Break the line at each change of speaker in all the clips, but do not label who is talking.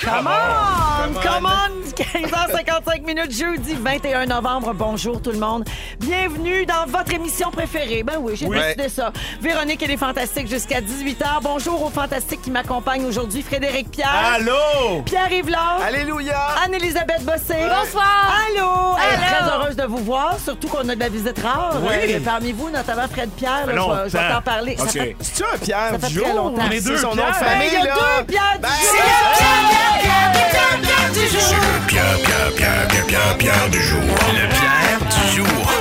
Come on! Come on! 15h55 minutes, jeudi 21 novembre. Bonjour tout le monde. Bienvenue dans votre émission préférée. Ben oui, j'ai
Oui.
décidé ça. Véronique et les Fantastiques jusqu'à 18h. Bonjour aux Fantastiques qui m'accompagnent aujourd'hui. Frédéric Pierre.
Allô?
Pierre Yvelard.
Alléluia!
Anne-Elisabeth Bossé.
Bonsoir.
Allô! Elle est
Allô.
Très heureuse de vous voir, surtout qu'on a de la visite rare.
Oui.
Euh, Parmi vous, notamment Fred Pierre. là,
Non,
je vais- je vais t'en parler. Ça fait
C'est-tu un Pierre
Ça fait
du
très
jour?
longtemps. On est
C'est
deux
son nom de
Pierre.
Ben,
famille,
il y a
là.
deux Pierre
Ben,
Dujour.
c'est
Pierre, Pierre, Pierre, Pierre, Pierre, Pierre du jour. Le Pierre du jour.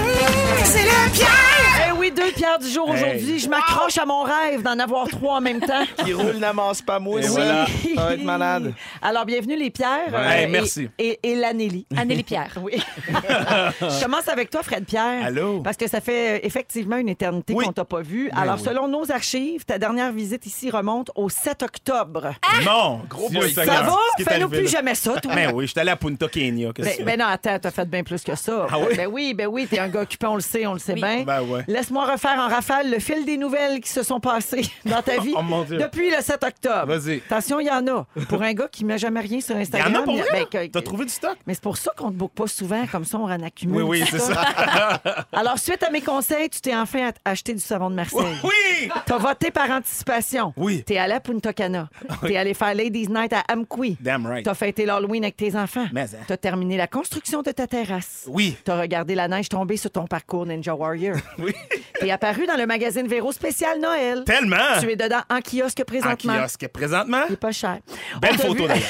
Eh oui, deux Pierre du jour aujourd'hui. Je m'accroche à mon rêve d'en avoir trois en même temps.
Qui roule, n'amasse pas moi, ça.
voilà.
Ça va être malade.
Alors, bienvenue les Pierres.
Ouais,
et-
merci.
Et, et, l'Anélie.
Anneli Pierre.
Oui. Je commence avec toi, Fred Pierre.
Allô?
Parce que ça fait euh, effectivement une éternité
Oui. Ben
qu'on t'a pas vu. Alors, selon nos archives, ta dernière visite ici remonte au 7 octobre.
Non, gros
boy.
ça va? Fais-nous plus jamais ça, toi.
Mais Ben oui, j'étais allé à Punta Kenya. qu'est-ce que
Ben,
tu
ben non, attends, t'as fait bien plus que ça.
Ah oui?
Ben oui, ben oui, t'es un gars occupé, on le sait, on le sait
Oui.
bien.
Ben ouais.
Laisse-moi refaire en rafale le fil des nouvelles qui se sont passées dans ta vie
Oh, mon Dieu.
depuis le 7 octobre.
Vas-y.
Attention, il y en a. Pour un gars qui met jamais rien sur
veux? Il
Instagram.
y en a pour vrai?
ben, que-
T'as trouvé du stock?
Mais c'est pour ça qu'on ne te boucle pas souvent, comme ça on en accumule.
Oui, oui,
du
c'est
stock.
ça.
Alors, suite à mes conseils, tu t'es enfin at- acheté du savon de Marseille.
Oui!
T'as voté par anticipation.
Oui.
T'es allé à Punta Cana. T'es allé faire Ladies Night à Amqui.
Damn right.
T'as fêté l'Halloween avec tes enfants.
Mais, hein.
T'as terminé la construction de ta terrasse.
Oui.
T'as regardé la neige tomber sur ton parcours Ninja Warrior. Oui. T'es apparu dans le magazine Véro spécial Noël.
Tellement!
Tu es dedans en kiosque
en
présentement.
kiosque. Présentement,
Il est pas cher.
Belle
On t'a
photo,
vu-
d'ailleurs.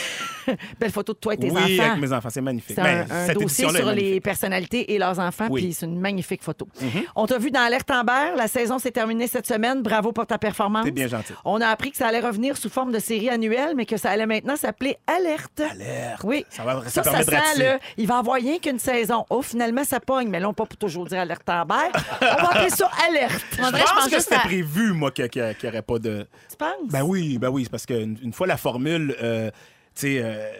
Belle photo de toi et tes enfants.
oui, avec mes enfants, c'est magnifique.
C'est un,
Ben,
un
cette
dossier
édition-là est
sur les
magnifique.
personnalités et leurs enfants,
Oui. Mm-hmm.
puis c'est une magnifique photo. On t'a vu dans l'Alerte Amber. La saison s'est terminée cette semaine. Bravo pour ta performance.
T'es bien gentil.
On a appris que ça allait revenir sous forme de série annuelle, mais que ça allait maintenant s'appeler Alerte.
Alerte.
Oui.
Ça va- ça
ça, ça
permet de
sent,
ratisser.
là, il va avoir rien qu'une saison. Oh, finalement, ça pogne. Mais là, on peut pas toujours dire Alerte Amber. on va appeler ça Alerte.
En vrai, je
Je pense
pense
que
juste
c'était
à...
prévu, moi, que- que- qu'il n'y aurait pas de.
Tu penses?
Ben oui, ben oui, c'est parce qu'une une fois la formule, euh, tu sais, euh,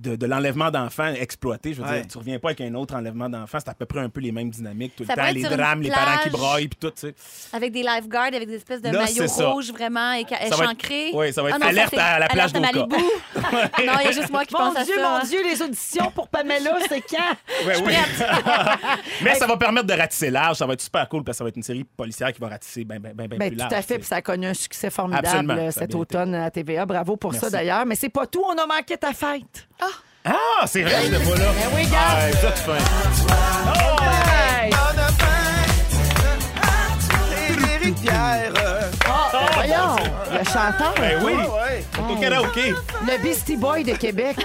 de, de l'enlèvement d'enfants exploité, je veux
Ouais.
dire, tu reviens pas avec un autre enlèvement d'enfants, c'est à peu près un peu les mêmes dynamiques tout
Ça
le
peut
temps,
être
les
sur une
drames, les parents qui
plage.
broyent, puis tout, tu sais.
avec des lifeguards, avec des espèces de
Là,
maillots
c'est ça.
rouges vraiment éca-
Ça va être-
échancrés.
oui, ça va être
Ah non,
alerte
c'est
à la plage
alerte à
d'Oka.
Malibu. non, il y a juste moi qui
Mon
pense à
Dieu,
ça.
mon
hein.
Dieu, les auditions pour Pamela, c'est quand?
Ouais, oui. Mais ça va permettre de ratisser large, ça va être super cool parce que ça va être une série policière qui va ratisser bien ben, ben, ben
Ben,
plus
tout
large.
à fait,
tu
puis
sais.
ça a connu un succès formidable
Absolument,
euh,
ça a
cet
bien été.
automne à TVA. Bravo pour ça
Merci.
d'ailleurs. Mais c'est pas tout, on a manqué ta fête.
Ah, c'est vrai, cette fois-là.
Ben oui, gars.
Ouais, Ah, ça, tu fais un-
Hey!
Frédéric euh, Pierre.
Ah, ben voyons, le chanteur,
Ben oui,
Ouais, ouais.
au
Oh.
karaoké.
le Beastie Boy de Québec.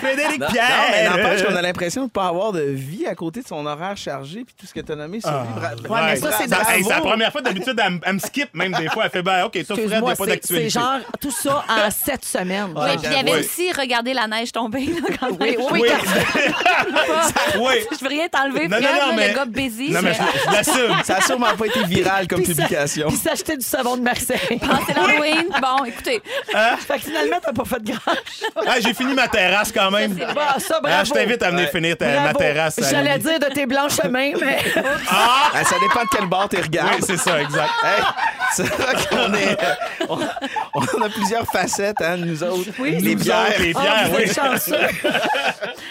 Frédéric
Non, mais
Pierre.
n'empêche qu'on a l'impression de ne pas avoir de vie à côté de son horaire chargé puis tout ce que tu as nommé sur lui. Bra-
Ouais,
Ah. mais ça, c'est bravo.
hey, c'est la première fois d'habitude, elle, me- elle me skip même des fois. Elle fait, ben, OK, ça, Fred, il n'y
Excuse-moi,
a pas
c'est- c'est
d'actualité.
genre tout ça en sept semaines.
Oui,
Ouais,
puis il y avait
oui.
aussi regardé la neige tomber. Là, quand
Oui,
même.
oui,
Oui.
car-
oui.
Je veux rien t'enlever. Fred, là, Le gars busy.
Non, mais je, je l'assume.
Ça a sûrement pas été viral comme
Puis ça-
publication.
Puis s'acheter du savon de Marseille.
Ah, c'est l'Halloween. Bon, écoutez,
fait que finalement, t'as pas fait grand
Ah, j'ai fini ma terrasse quand même.
Ça, c'est vrai.
chose. Ça, bravo.
Ah, je t'invite à venir finir ta- ma
Bravo.
terrasse. à
J'allais
Lily.
dire de tes blanches mains, mais
Ah!
Ah, ça dépend de quel bord tu regardes.
Oui, c'est ça, exact.
Hey, c'est vrai qu'on est. euh, On, on a plusieurs facettes, hein, nous autres. les
Nous
bières.
autres, les
oh,
bières,
vous
oui.
êtes chanceux.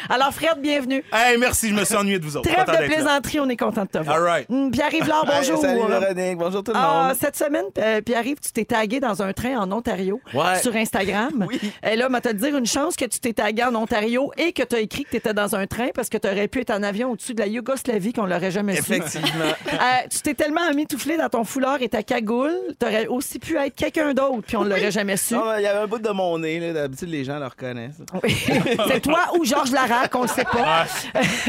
Alors, Fred, bienvenue.
Hey, merci, je me suis ennuyé de vous autres.
Trêve
Content
de
d'être là.
plaisanterie, on est content de te voir.
All right.
Mm, Pierre-Yves Lard,
Hey,
bonjour.
salut
hein.
Véronique, bonjour tout le
Ah,
monde.
cette semaine, euh, Pierre-Yves, tu t'es tagué dans un train en Ontario
Ouais.
sur Instagram.
Oui.
Et là, m'a te dire une chance que tu t'es tagué en Ontario et que tu as écrit que tu étais dans un train parce que tu aurais pu être en avion au-dessus de la Yougoslavie qu'on l'aurait jamais su.
Effectivement.
Euh, tu t'es tellement emmitouflé dans ton foulard et ta cagoule, t'aurais aussi pu être quelqu'un d'autre, puis on l'aurait jamais su.
Non, mais Il y avait un bout de mon nez, là. d'habitude les gens le reconnaissent.
C'est toi ou Georges Larac, on le sait pas.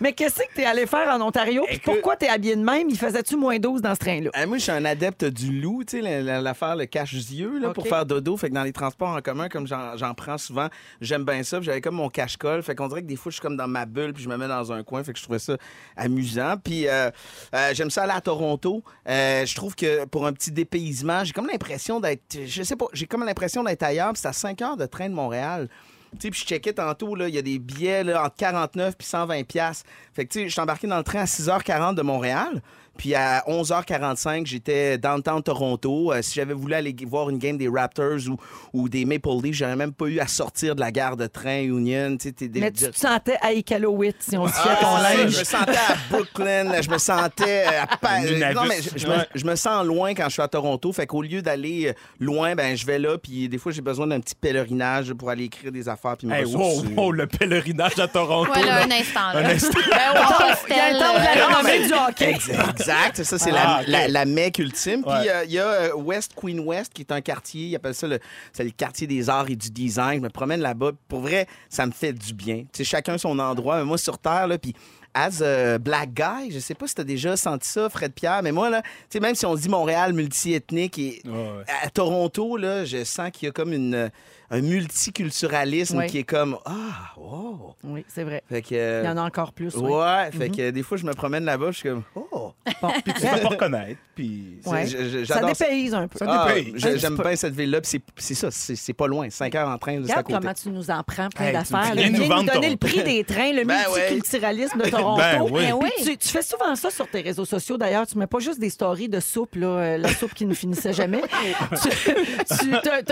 Mais qu'est-ce que t'es allé faire en Ontario? Puis
Écoute-
pourquoi t'es habillé de même? Il faisait-tu moins 12 dans ce train-là?
Ah, moi, je suis un adepte du loup, tu sais, la- la- l'affaire, le cache-yeux, là, pour
OK.
faire dodo. Fait que dans les transports en commun, comme j'en j'en prends souvent, j'aime bien ça. puis J'avais comme mon cache-colle. Fait qu'on dirait que des fois, je suis comme dans ma bulle, puis je me mets dans un coin. Fait que je trouvais ça amusant. Puis euh, euh, j'aime ça aller à Toronto. Euh, je trouve que pour un petit dépaysement, j'ai comme l'impression d'être, je sais pas, j'ai comme l'impression d'être ailleurs. Puis c'est à 5 heures de train de Montréal. Tu sais, puis je checkais tantôt, là, il y a des billets là, entre 49 puis 120 pièces. Fait que, tu sais, je suis embarqué dans le train à 6h40 de Montréal. Puis à 11h45, j'étais downtown Toronto. Euh, si j'avais voulu aller voir une game des Raptors ou, ou des Maple Leafs, j'aurais même pas eu à sortir de la gare de train Union. Tu sais, t'es des-
Mais tu te sentais à Iqaluit si on se fiait à ton
Ah,
linge.
Je me sentais à Brooklyn, je me sentais euh, à Pa-
Nunavut.
Non, mais je, je me,
Ouais.
je me sens loin quand je suis à Toronto. Fait qu'au lieu d'aller euh, loin, ben je vais là. Puis des fois, j'ai besoin d'un petit pèlerinage pour aller écrire des affaires. Puis me
Hey, wow,
ressourcer.
wow, le pèlerinage à Toronto.
Voilà,
là.
un instant. Là.
Un instant.
Ben, on passe
Ah, Il y a le
tel,
temps de la
Ah,
euh,
renommée du hockey.
Exact, ça c'est la,
Ah, ok.
la, la mecque ultime. Puis euh, il
Ouais.
y a euh, West Queen West qui est un quartier, ils appellent ça le, c'est le quartier des arts et du design. Je me promène là-bas. Pour vrai, ça me fait du bien. Tu sais, chacun son endroit. Moi sur Terre, là, puis as a black guy, je sais pas si t'as déjà senti ça, Fred Pierre, mais moi, là, tu sais, même si on dit Montréal multiethnique et
Ouais, ouais.
à Toronto, là, je sens qu'il y a comme une, euh, un multiculturalisme
Oui.
qui est comme Ah, wow!
Oui, c'est vrai.
Fait que. euh,
Il y en a encore plus. oui.
Ouais,
Mm-hmm.
fait que euh, des fois, je me promène là-bas, je suis comme, oh!
Bon.
Puis tu te fais pas reconnaître. Puis.
Ouais.
je- je-
Ça
j'adore ça.
dépays un peu.
Ça
Ah,
dépend.
j'ai-
Un petit
J'aime
peu.
bien cette ville-là, puis c'est- c'est ça, c'est c'est pas loin. 5 heures en train, là, c'est à
Regarde
côté.
comment tu nous en prends plein
Hey, tu
d'affaires. là.
viens
Tu
nous
viens nous
vendre
donner
ton-
le prix des trains, le
Ben ouais.
multiculturalisme de Toronto.
Ben oui.
Ben oui.
Puis Tu, tu fais souvent ça sur tes réseaux sociaux. D'ailleurs, tu mets pas juste des stories de soupe, là, euh, la soupe qui ne finissait jamais. tu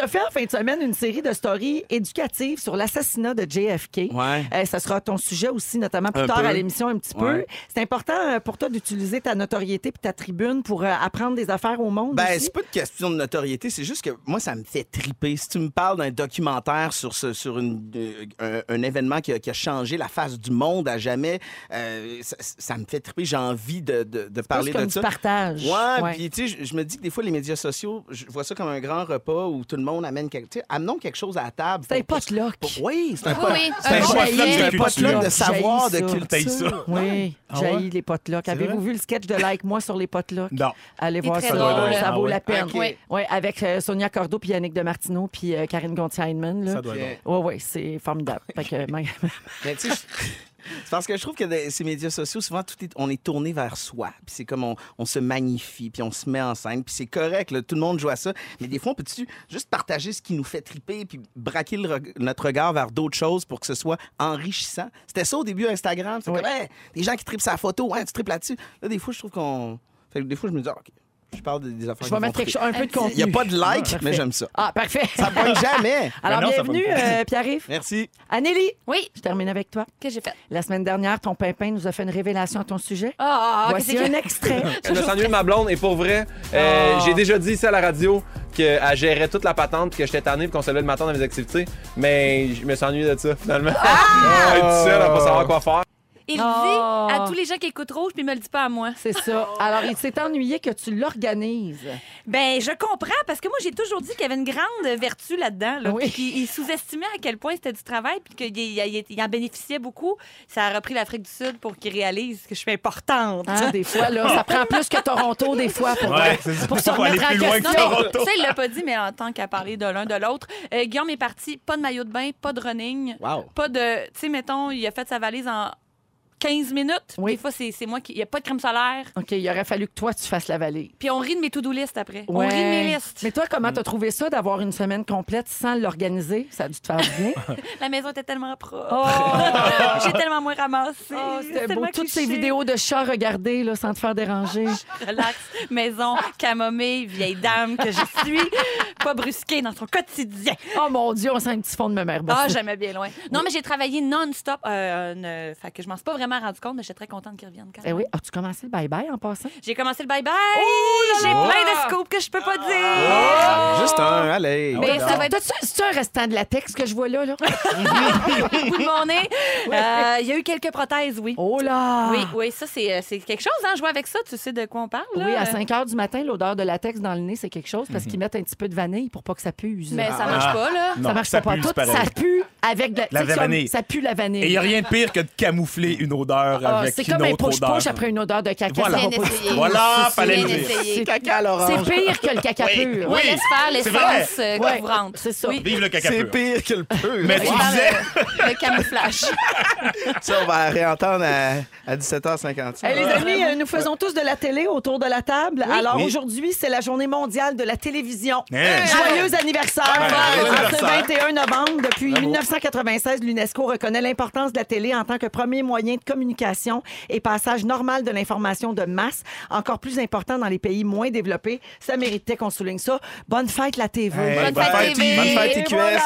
as fait en fin de semaine une série de stories éducatives sur l'assassinat de JFK.
Ouais.
Euh, ça sera ton sujet aussi, notamment plus
Un
tard
peu.
à l'émission, un petit peu.
Ouais.
C'est important euh, pour toi d'utiliser ta notoriété puis ta tribune pour euh, apprendre des affaires au monde.
Ben,
aussi.
c'est pas de question de notoriété, c'est juste que moi, ça me fait triper. Si tu me parles d'un documentaire sur, ce, sur une, euh, un, un événement qui a, qui a changé la face du monde à jamais, euh, ça, ça me fait triper. J'ai envie de, de, de
Plus
parler
comme
de
du
ça.
partage.
Ouais,
Ouais.
puis tu sais, je- je me dis que des fois, les médias sociaux, je vois ça comme un grand repas où tout le monde amène quelque, tu sais, amenons quelque chose à la table.
C'est un
pour-
potluck.
pour- Oui, c'est un
Oui,
pot-
oui,
C'est un
un
choix
chalet.
flamme
C'est
de
un
culture.
potluck de
J'haïs
savoir,
ça.
de
T'haïs ça.
culture.
Oui,
Ah
j'ai
ouais?
les potlucks. Avez-vous
vrai?
vu le sketch de Like Moi sur les potlucks?
Non.
Allez
Il est
voir
très
ça,
drôle.
ça,
Ah
vaut
ouais?
la peine.
Ok.
Oui, avec euh, Sonia Cordeau, puis Yannick Demartino, puis euh, Karine Gontier-Heinemann. là.
Ça doit être
Oui, oui, c'est formidable. Fait que, ma-
Mais tu sais, je- c'est parce que je trouve que de- ces médias sociaux, souvent, tout est, on est tourné vers soi. Puis c'est comme on, on se magnifie, puis on se met en scène. Puis c'est correct, là, tout le monde joue à ça. Mais des fois, on peut-tu juste partager ce qui nous fait triper, puis braquer le reg- notre regard vers d'autres choses pour que ce soit enrichissant? C'était ça au début Instagram. C'est
Oui.
comme, Hey, des gens qui tripent sa photo, hein, tu tripes là-dessus. Là, des fois, je trouve qu'on. fait que des fois, je me dis, Ah, OK, je parle de- des affaires.
je vais mettre quelque chose- un peu de contenu.
Il n'y a pas de like,
Parfait.
mais j'aime ça.
Ah, parfait.
Ça pointe jamais.
Alors,
Ben non, ça
bienvenue,
va pas.
euh, Pierre-Yves.
Merci.
Anélie,
Oui,
je termine avec toi.
que j'ai fait.
La semaine dernière, ton pimpin nous a fait une révélation à ton sujet.
Ah, qu'est-ce
Voici
que-
un extrait.
Je me suis ennuyé de ma blonde et pour vrai, euh,
Oh.
j'ai déjà dit ça à la radio qu'elle gérait toute la patente puis que j'étais tanné puis qu'on se levait le matin dans mes activités, mais je me suis ennuyé de ça finalement.
Ah!
Être tout seul à pas savoir quoi faire.
Il
Oh.
dit à tous les gens qui écoutent Rouge, puis il me le dit pas à moi.
C'est ça. Alors, il s'est ennuyé que tu l'organises.
Ben, je comprends, parce que moi, j'ai toujours dit qu'il y avait une grande vertu là-dedans. Là,
Oui.
Puis il sous-estimait à quel point c'était du travail, puis qu'il il- il- il en bénéficiait beaucoup. Ça a repris l'Afrique du Sud pour qu'il réalise que je suis importante.
Hein, des fois, là, ça prend plus que Toronto, des fois, pour,
Ouais, c'est ça.
pour se
Faut aller
remettre en
plus loin que
question.
Non, mais,
Toronto.
tu sais, il l'a pas dit, mais en tant qu'à parler de l'un de l'autre, euh, Guillaume est parti, pas de maillot de bain, pas de running,
Wow.
pas de. Tu sais, mettons, il a fait sa valise en 15 minutes.
Oui.
Des fois, c'est c'est moi qui. Il n'y a pas de crème solaire.
OK, il aurait fallu que toi, tu fasses la vallée.
Puis on rit de mes to-do list après. On
Ouais.
rit de mes listes.
Mais toi, comment t'as trouvé ça d'avoir une semaine complète sans l'organiser? Ça a dû te faire du bien.
La maison était tellement propre. J'ai tellement moins ramassé.
Oh, c'était beau.
Tellement
Toutes ces
cliché.
vidéos de chats regardées là, sans te faire déranger.
Relax, maison, camomille, vieille dame que je suis. Pas brusquée dans son quotidien.
Oh mon Dieu, on sent un petit fond de ma mère.
Ah,
bossée.
j'aimais bien loin. Non, mais j'ai travaillé non-stop. Euh, ne- Fait que je m'en suis pas vraiment rendu compte, mais j'étais très contente qu'ils reviennent quand
Eh Oh
même.
oui, as-tu commencé le bye-bye en passant?
J'ai commencé le bye-bye. j'ai plein
Ah!
de scoops que je peux pas dire.
Juste un, allez.
Mais ça va être
T'as-tu c'est-tu un restant de latex que je vois là? là?
au bout de mon nez. Euh, Il y a eu quelques prothèses, oui.
Oh là!
Oui, oui, ça, c'est euh, c'est quelque chose, hein, jouer avec ça. Tu sais de quoi on parle, là?
Oui, à 5 h du matin, l'odeur de latex dans le nez, c'est quelque chose parce qu'ils mettent un petit peu de vanille pour pas que ça pue.
Mais ça marche pas, là.
ça marche pas.
pue,
pas
c'est
tout,
pareil.
ça pue avec de la,
La
tu sais, comme-
vanille.
Ça pue la vanille.
Et il n'y a rien de pire que de camoufler une odeur
Ah,
avec
c'est
une
comme un
autre odeur.
push-push après une odeur de caca.
Voilà.
ça va
Bien
pas du
essayé.
tout.
Voilà,
C'est-
Ah, fallait le
bien
dire.
essayé.
caca à
C'est
l'orange.
pire que le caca
Oui.
pur.
Ouais,
Oui.
laisse faire
C'est vrai.
l'essence euh,
Ouais,
couvrante.
c'est ça.
Oui.
Vive le caca
C'est
pur.
pire que le peu.
Mais tu
Ouais, par
disais...
le, le camouflage.
Ça, on va réentendre à, à 17h55.
Eh, les amis, euh, nous faisons tous de la télé autour de la table. Alors
Oui.
aujourd'hui, c'est la journée mondiale de la télévision.
Hey.
Joyeux anniversaire! Ah,
Ouais,
joyeux
En ce
anniversaire.
21 novembre, depuis
Bravo.
1996, l'UNESCO reconnaît l'importance de la télé en tant que premier moyen de communication et passage normal de l'information de masse, encore plus important dans les pays moins développés. Ça méritait qu'on souligne ça. Bonne fête, la TV.
Hey,
Bonne fête, TV.
Bonne fête,
Et
TQS.
voilà.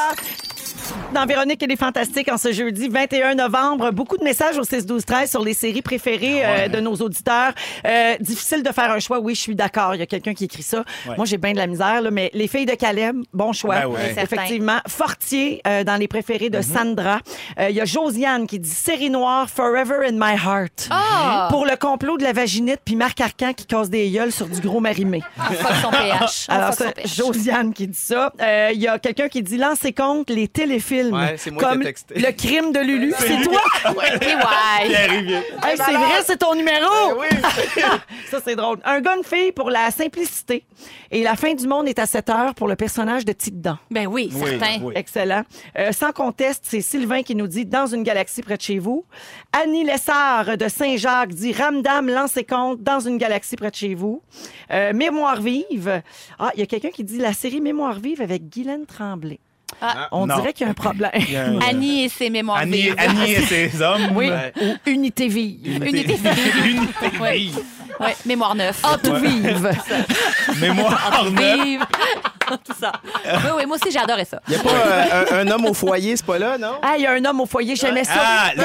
Dans Véronique et les Fantastiques, en ce jeudi 21 novembre, beaucoup de messages au 6-12-13 sur les séries
Ah
préférées euh, de nos auditeurs. Euh, difficile de faire un choix. Oui, je suis d'accord. Il y a quelqu'un qui écrit ça.
Ouais.
Moi, j'ai bien de la misère, là, mais Les Filles de Calem, bon choix.
Ben ouais. Mhm.
C'est certain.
Effectivement. Fortier, euh, dans les préférés de Sandra. Euh, Il y a Josiane qui dit Série noire, Forever in my heart.
Ah!
Pour le complot de la vaginite, puis Marc Arcan qui cause des gueules sur du gros marimé.
Ah, fuck son pH. Ah,
Alors,
fuck son
c'est
pH.
Josiane qui dit ça. Euh, Il y a quelqu'un qui dit lancez contre les téléfilms.
Ouais, c'est moi qui
comme
t'ai texté.
le crime de Lulu. C'est toi?
Et ouais.
Pierre-Yves.
Hey, c'est vrai, c'est ton
Ben
numéro! ça, c'est drôle. Un gars, une fille pour la simplicité. Et la fin du monde est à 7 heures pour le personnage de Tite Dan.
Ben oui, certain.
oui.
Excellent. Euh, sans conteste, c'est Sylvain qui nous dit Dans une galaxie près de chez vous. Annie Lessard de Saint-Jacques dit Ramdam, lancez compte dans une galaxie près de chez vous. Euh, Mémoire vive. Ah, il y a quelqu'un qui dit la série Mémoire vive avec Guylaine Tremblay.
Ah.
On
Non.
dirait qu'il y a un problème.
Il y a un-
Annie et ses mémoires.
Annie,
vives.
Annie et ses hommes.
Oui,
Ouais.
ou Unité vive.
Unité
Unité
Ouais.
vive.
Ouais, mémoire neuve.
Ah, tout vive.
Mémoire neuve.
Vive. Tout ça. Oui, oui, moi aussi, j'adorais ça.
Oh.
Il n'y a pas euh, un, un homme au foyer, c'est pas là, non?
Ah, il y a un homme au foyer, j'aimais ça.
Ah, le-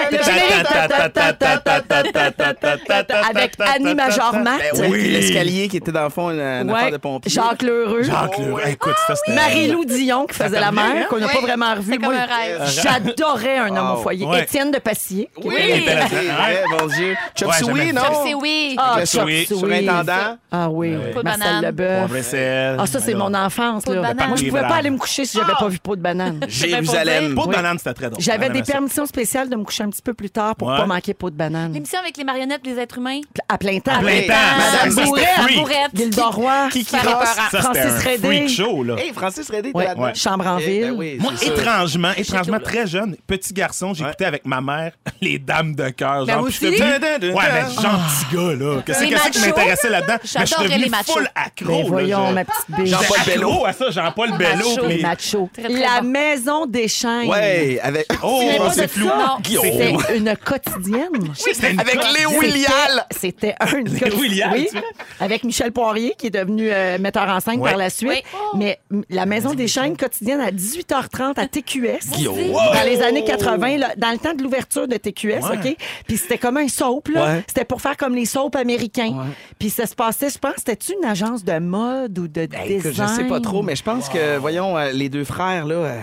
Avec Annie Majormat.
Ben oui, l'escalier qui était dans le fond, une, une affaire de pompier.
Jacques Lheureux.
Jacques Leroy. Écoute, ça, c'était-
Euh,
Marie-Lou Dion qui faisait la
revient,
mère, qu'on n'a
Oui,
pas vraiment revue.
hein? C'est comme
Moi, euh,
un rêve.
J'adorais un homme au
Oh,
foyer.
ouais.
Étienne de Passier.
Oui,
Oui.
c'est vrai, mon Dieu. Chop
Ouais,
Suey,
j'aimais
non?
ça.
C'est oui.
Ah,
Le
Chop
sou-
Suey.
surintendant.
Ah oui,
Peau de
Marcel
banane.
Mon
Lebeuf.
vaisselle.
Ah, ça, c'est mon enfance.
Peau de
Là.
banane. Ah.
Moi, je pouvais
Banane.
pas aller me coucher si j'avais pas vu peau de banane.
Jérusalem.
Peau de banane, c'était très drôle.
J'avais
On
des
aimait ça.
permissions spéciales de me coucher un petit peu plus tard pour
Ouais.
pas manquer peau de banane.
L'émission avec les marionnettes et les êtres humains. Ah,
À plein temps.
En plein temps.
Madame
Ça, c'était
Bourret,
freak.
Bourrette.
Gilda Roy.
Qui- qui
Ça fait
rosse.
peur à-
Ça, c'était un
Francis Redé.
freak show, là.
Hey, Francis Redé, t'es
Ouais.
là-dedans?
Ouais.
Chambre en
Eh, ben
ville.
oui,
Moi,
c'est sûr.
étrangement, étrangement,
tout, là.
très jeune, petit garçon, j'écoutais avec ma mère les dames de cœur.
Ben,
genre,
moi
puis j'étais
aussi.
venu-
Dun, dun, dun,
Ouais, mais
dun.
genre petit gars, là. Qu'est-ce
Les
que c'est qui
machos.
m'intéressait là-dedans? Mais je suis
J'adorais les
devenu
machos.
full
Mais
accro.
Ben, voyons, ma
Oh, là,
petite biche.
je-
Jean-Paul
J'étais
Bello.
accro à ça, Jean-Paul Bello.
Macho.
Les
mais-
machos.
Très, très
La
bon.
maison des chaînes.
Ouais, avec...
Oh,
Mais pas de
c'est flou.
ça.
Non.
C'était
Oh.
une quotidienne.
C'était une
Avec
cote.
Léo Willial.
C'était un
Williams,
oui,
tu vois.
avec Michel Poirier qui est devenu euh, metteur en scène
Ouais.
par la suite.
Oui.
Mais mm, la Maison des chaînes quotidienne à 18h30 à TQS.
Guillaume.
Dans les années 80, là, dans le temps de l'ouverture de TQS,
Ouais.
OK? Puis c'était comme un soap, là.
Ouais.
C'était pour faire comme les soaps américains. Puis ça se passait, je pense, c'était-tu une agence de mode ou de
Hey, que
design?
je sais pas trop, mais je pense que, voyons, euh, les deux frères, là... euh,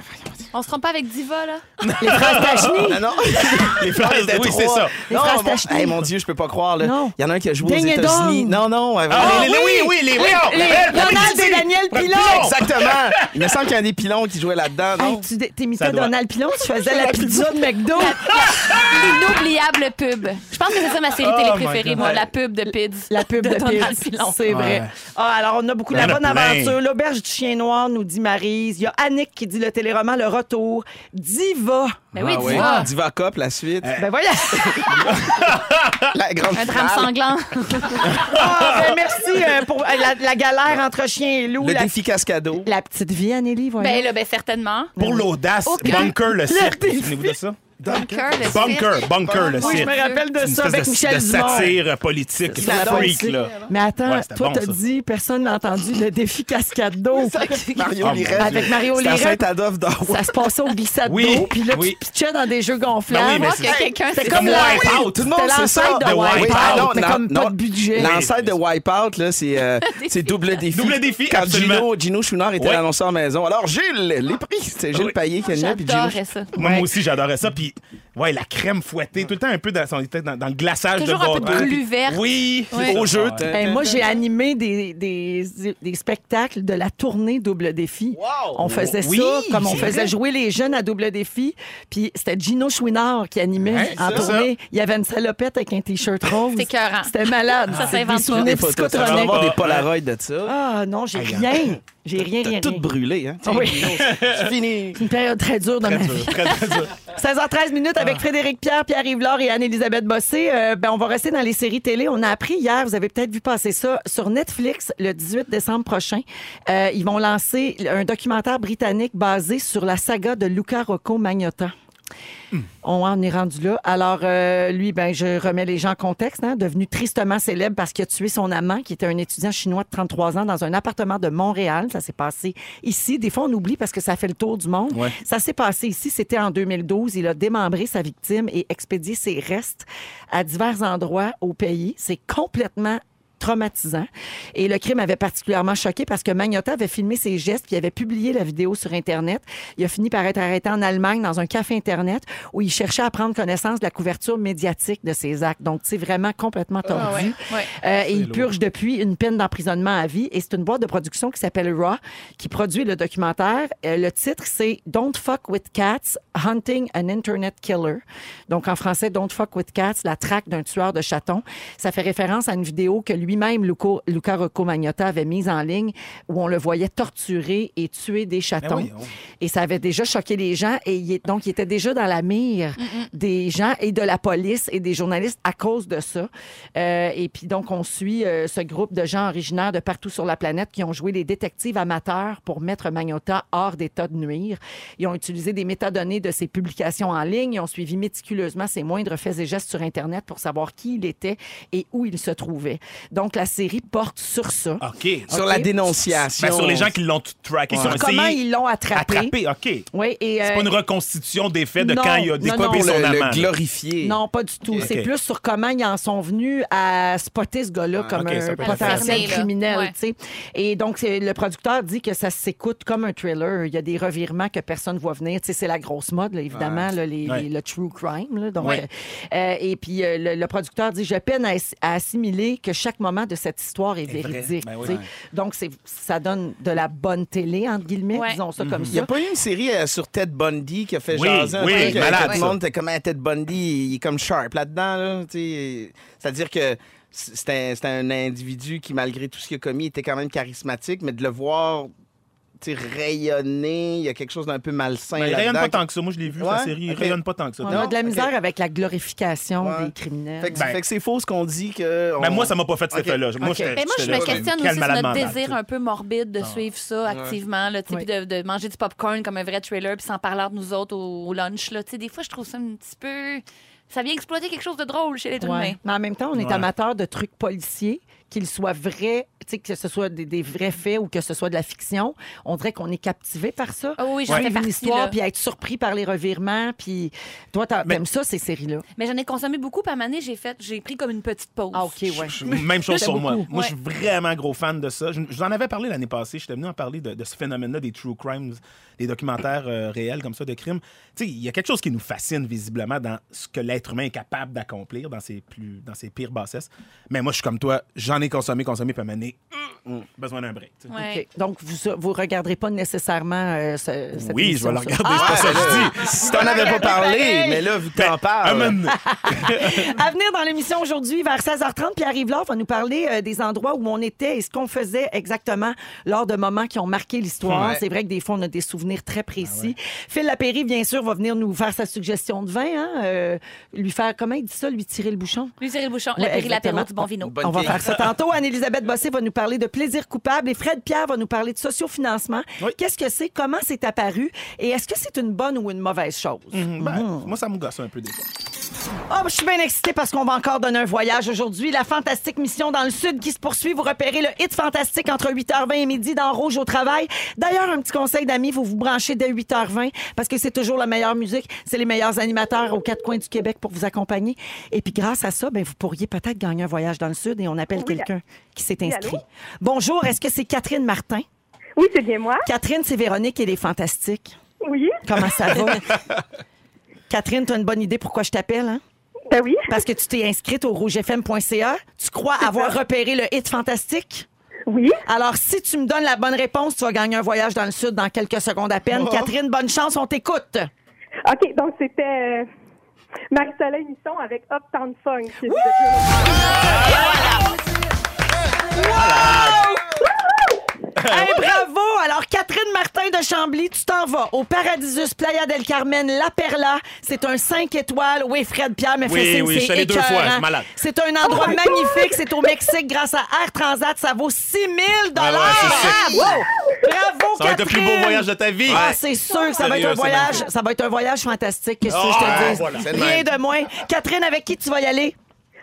On se trompe pas avec Diva, là?
Les frères Stachny.
Ah, Non, non.
Les frères,
Ah, c'était
oui,
trois.
c'est ça.
Les
Non,
frères
mon...
Stachny.
Hey, mon Dieu, je peux pas croire. Là.
Non.
Il y en a un qui a joué aux
Ding et
États-Unis.
dong.
Non, non. euh,
Ah,
vraiment.
les- les- oui, oui, les oui,
les- Donald et Daniel Pilon.
Exactement. Il me semble qu'il y a des pilons qui jouaient là-dedans,
Hey,
non?
tu dé- t'imitais
Ça doit.
Donald Pilon, tu faisais la pizza de McDo.
L'inoubliable pub. Je pense que c'est ça ma série télé
Oh my
préférée,
God.
moi, la pub de Pids.
La pub de
Donald
Pips.
Pilon.
C'est vrai.
Ouais.
Ah, alors, on a beaucoup
Il y
la
en a
bonne
plein.
aventure. L'auberge du chien noir, nous dit Marise. Il y a Annick qui dit le téléroman Le Retour. Diva.
Ben oui,
Ah ouais.
Diva.
Diva Cop, la suite.
Eh.
Ben voilà.
La grande
Un drame
finale.
sanglant.
Ah, ben merci euh, pour euh, la, la galère entre chien et loup.
Le
La,
défi cascado.
la petite vie, Anneli, voilà.
Ben là, ben certainement.
Pour l'audace,
Aucun-
Bunker le cirque.
défi.
Souvenez-vous de ça?
Bunker, le
Bunker, Bunker le
oui, je
cirque.
me rappelle de
C'est une
ça avec
espèce de-
Michel
de
Dumont.
satire politique,
la
freak,
danse.
là.
Mais attends,
Ouais, c'était
toi,
bon,
t'as
ça.
dit, personne n'a entendu le défi cascade d'eau.
Mario
Ah,
Lirette.
avec Mario
C'était à
Lirette.
Saint-Adolphe d'Orwell.
Ça se passait au glissade
Oui,
d'eau, puis là,
oui.
tu pitchais dans des jeux gonflables.
Ben oui, mais
Que quelqu'un
C'est
s'est-
comme la-
Wipeout.
Tout le monde, c'est ça.
l'ancêtre de
The
Wipeout.
Wipeout.
Ah, non,
mais
non,
comme
non.
pas de budget.
L'ancêtre de Wipeout, là, c'est euh, c'est double défi.
Double défi,
Quand
absolument.
Gino, Gino Chouinard était
Ouais.
l'annonceur maison. Alors, Gilles, les prix. C'était Gilles
Oui.
Payet qui
Oh,
animait, puis Gino
J'adorais ça.
Moi, moi aussi, j'adorais ça. Puis, ouais, la crème fouettée, tout le temps un peu dans, son- dans, dans le glaçage
Toujours
de
un peu de
bâton.
glu verte.
Ah, Oui,
Ouais.
c'est
Au
ça,
jeu,
ouais.
t'as-
Hey, Eh, moi, j'ai animé des, des, des spectacles de la tournée Double Défi. On faisait
Oui,
ça comme on
c'est
faisait
vrai.
jouer les jeunes à Double Défi. Puis c'était Gino Chouinard qui animait
Hein,
en
ça,
tournée. Il y avait une salopette avec un T-shirt rose.
C'est écœurant.
C'était malade.
Ça
C'est
s'invente
des
pas.
souvenirs
des photos. Ça va
psychotroniques.
euh,
avoir des Polaroids de ça.
Ah non, j'ai
Hey,
rien. J'ai rien, rien,
T'as tout
rien.
brûlé, hein?
Ah oui.
C'est fini.
Une période très dure dans ma vie.
Très, très dur.
16h13 minutes avec Frédéric Pierre, Pierre Yvelore et Anne-Elisabeth Bossé. Euh, ben, on va rester dans les séries télé. On a appris hier, vous avez peut-être vu passer ça, sur Netflix le 18 décembre prochain. euh, ils vont lancer un documentaire britannique basé sur la saga de Luca Rocco Magnotta. On en est rendu là. Alors, euh, lui, ben, je remets les gens en contexte, hein, devenu tristement célèbre parce qu'il a tué son amant, qui était un étudiant chinois de 33 ans, dans un appartement de Montréal. Ça s'est passé ici. Des fois, on oublie parce que ça fait le tour du monde.
Ouais.
Ça s'est passé ici. C'était en 2012. Il a démembré sa victime et expédié ses restes à divers endroits au pays. C'est complètement traumatisant. Et le crime avait particulièrement choqué parce que Magnotta avait filmé ses gestes puis avait publié la vidéo sur Internet. Il a fini par être arrêté en Allemagne dans un café Internet où il cherchait à prendre connaissance de la couverture médiatique de ses actes. Donc, c'est vraiment complètement tordu.
Ah ouais.
Euh, et il purge depuis une peine d'emprisonnement à vie. Et c'est une boîte de production qui s'appelle Raw qui produit le documentaire. Euh, le titre, c'est Don't Fuck with Cats, Hunting an Internet Killer. Donc en français, Don't Fuck with Cats, la traque d'un tueur de chatons. Ça fait référence à une vidéo que lui-même, Luco- Luca Rocco Magnotta, avait mise en ligne où on le voyait torturer et tuer des chatons.
voyons.
Et ça avait déjà choqué les gens. Et il est- donc, il était déjà dans la mire des gens et de la police et des journalistes à cause de ça. Euh, et puis, donc, on suit euh, ce groupe de gens originaires de partout sur la planète qui ont joué les détectives amateurs pour mettre Magnota hors d'état de nuire. Ils ont utilisé des métadonnées de ses publications en ligne. Ils ont suivi méticuleusement ses moindres faits et gestes sur Internet pour savoir qui il était et où il se trouvait. Donc, la série porte sur ça.
OK.
Sur
Ok.
la dénonciation.
Ben, sur les gens qui l'ont traqué, qui ont
Sur comment
essayé
ils l'ont attrapé.
d'attraper. OK.
Oui, et,
C'est
euh,
pas une reconstitution des faits de
non,
quand il a
non,
découpé
non.
son
le,
amant.
le
là.
glorifier.
Non, pas du tout.
Ok.
C'est
Ok.
plus sur comment ils en sont venus à spotter ce gars-là
Ah,
comme
ok, ça
un
peut être
potentiel
fermé, là.
criminel.
Ouais.
tu sais. Et donc, c'est- le producteur dit que ça s'écoute comme un thriller. Il y a des revirements que personne ne voit venir. Tu sais, c'est la grosse mode, là, évidemment, là, les-
Ouais.
les- le true crime. là. donc,
Ouais.
euh, et puis, euh, le, le producteur dit, je peine à, ass- à assimiler que chaque moment de cette histoire est
Est vrai.
véridique.
Ben
tu
oui.
sais.
Ouais.
Donc, c'est- ça donne de la bonne télé, entre guillemets,
Ouais.
disons ça
Mhm.
comme
Il n'y a
ça.
pas eu une série euh, sur Ted Bundy qui a fait
Oui,
jaser un
oui,
truc, euh,
malade,
que tout
ça.
le monde était comme Ah, Ted Bundy, il est comme sharp là-dedans. là, tu sais. C'est-à-dire que c'est un, c'est un individu qui, malgré tout ce qu'il a commis, était quand même charismatique, mais de le voir tu sais, rayonner, il y a quelque chose d'un peu malsain
Ben, il rayonne
là-dedans.
pas tant que ça. Moi, je l'ai vu,
Ouais,
la série. Il
ok.
rayonne pas tant que ça.
On
Non.
a de la
ok.
misère avec la glorification
Ouais.
des criminels.
Fait que,
Ben.
fait que c'est faux ce qu'on dit que...
Ben,
on-
moi, ça m'a pas fait cet
Ok.
effet-là. Moi,
Ok.
j'étais-
Mais Ben, moi, je
j'étais
me
là,
questionne
quel
aussi sur
malade
notre
mental,
désir
tu sais. Ah.
un peu morbide de suivre ça activement, là, tu sais,
Oui.
puis de, de manger du popcorn comme un vrai trailer, puis s'en parler entre nous autres au, au lunch. Là, Tu sais, des fois, je trouve ça un petit peu. Ça vient exploiter quelque chose de drôle chez l'être
Ouais.
humain.
Mais en même temps, on est
Ouais.
amateur de trucs policiers, qu'ils soient vrais, tu sais, que ce soit des, des vrais faits ou que ce soit de la fiction. On dirait qu'on est captivé par ça.
Ah oui, j'en fais
Suivre une
partie,
histoire,
là.
puis être surpris par les revirements, puis toi, t'as-
Mais-
t'aimes ça, ces séries-là.
Mais j'en ai consommé beaucoup, puis à un moment donné, j'ai fait, j'ai pris comme une petite pause.
Ah, OK, ouais.
Même chose
J'aime
sur moi.
beaucoup.
Moi, je suis vraiment gros fan de ça. Je, je vous en avais parlé l'année passée. J'étais venu en parler de, de ce phénomène-là des true crimes, des documentaires euh, réels comme ça de crimes. Tu sais, il y a quelque chose qui nous fascine visiblement dans ce que l'être humain est capable d'accomplir dans ses plus, dans ses pires bassesses. Mais moi, je suis comme toi. J'en ai consommé, consommé, puis à un moment donné, hum, besoin d'un break. tu sais.
Ouais.
OK. Donc, vous vous regarderez pas nécessairement euh, ce- cette
Oui, je
émission,
vais le
ça. Ah,
regarder. C'est pas ça que je dis.
Si t'en avais pas parlé, mais là, vu que t'en
Ben, Un
parles...
moment donné.
Mm-hmm. À venir dans l'émission aujourd'hui, vers 16h30, Pierre Yvelore va nous parler euh, des endroits où on était et ce qu'on faisait exactement lors de moments qui ont marqué l'histoire.
Ouais. Ah
C'est vrai que des fois, on a des souvenirs très précis. Phil Lapéry, bien sûr, va venir nous faire sa suggestion de vin. Hein, euh, lui faire, comment il dit ça, lui tirer le bouchon?
Lui, tirer le bouchon,
Ouais,
la péri
exactement.
l'apéro du bon vino.
Bonne
on va
vieille.
faire ça tantôt. Anne-Élisabeth Bossé va nous parler de plaisir coupable et Fred Pierre va nous parler de sociofinancement.
Oui.
Qu'est-ce que c'est? Comment c'est apparu? Et est-ce que c'est une bonne ou une mauvaise chose?
Ben, Moi, ça me gosse un peu des fois.
Oh, je suis bien excitée parce qu'on va encore donner un voyage aujourd'hui. La fantastique mission dans le Sud qui se poursuit. Vous repérez le hit fantastique entre 8h20 et midi dans Rouge au travail. D'ailleurs, un petit conseil d'amis, vous vous branchez dès 8h20 parce que c'est toujours la meilleure musique. C'est les meilleurs animateurs aux quatre coins du Québec pour vous accompagner. Et puis, grâce à ça, ben, vous pourriez peut-être gagner un voyage dans le Sud et on appelle quelqu'un qui s'est inscrit. Bonjour, est-ce que c'est Catherine Martin?
Oui, c'est bien moi.
Catherine, c'est Véronique et les Fantastiques.
Oui.
Comment ça va? Catherine, tu as une bonne idée pourquoi je t'appelle, hein?
Ben oui.
parce que tu t'es inscrite au rougefm.ca. Tu crois avoir repéré le hit fantastique?
Oui.
Alors, si tu me donnes la bonne réponse, tu vas gagner un voyage dans le Sud dans quelques secondes à
Oh.
peine. Catherine, bonne chance, on t'écoute.
Eh
OK, donc c'était euh, Marie-Soleil Misson avec Uptown Funk. Si vous êtes-
Hey, bravo! Alors, Catherine Martin de Chambly, tu t'en vas au Paradisus Playa del Carmen, La Perla. C'est un 5 étoiles. Oui, Fred Pierre, mais
Oui,
fais signe,
oui, je suis
c'est
allé deux
écœurant.
fois, je suis malade. Oh
C'est un endroit magnifique. C'est au Mexique grâce à Air Transat. Ça vaut 6 000
c'est
Wow! Bravo,
Ça va être le plus beau
Catherine!
voyage de ta vie.
Ah, c'est sûr que ça va être
Sérieux,
un
c'est
voyage.
magnifique.
Ça va être un voyage fantastique, qu'est-ce que
Ah,
je te dis?
voilà.
C'est le
Rien
même.
de moins. Catherine, avec qui tu vas y aller?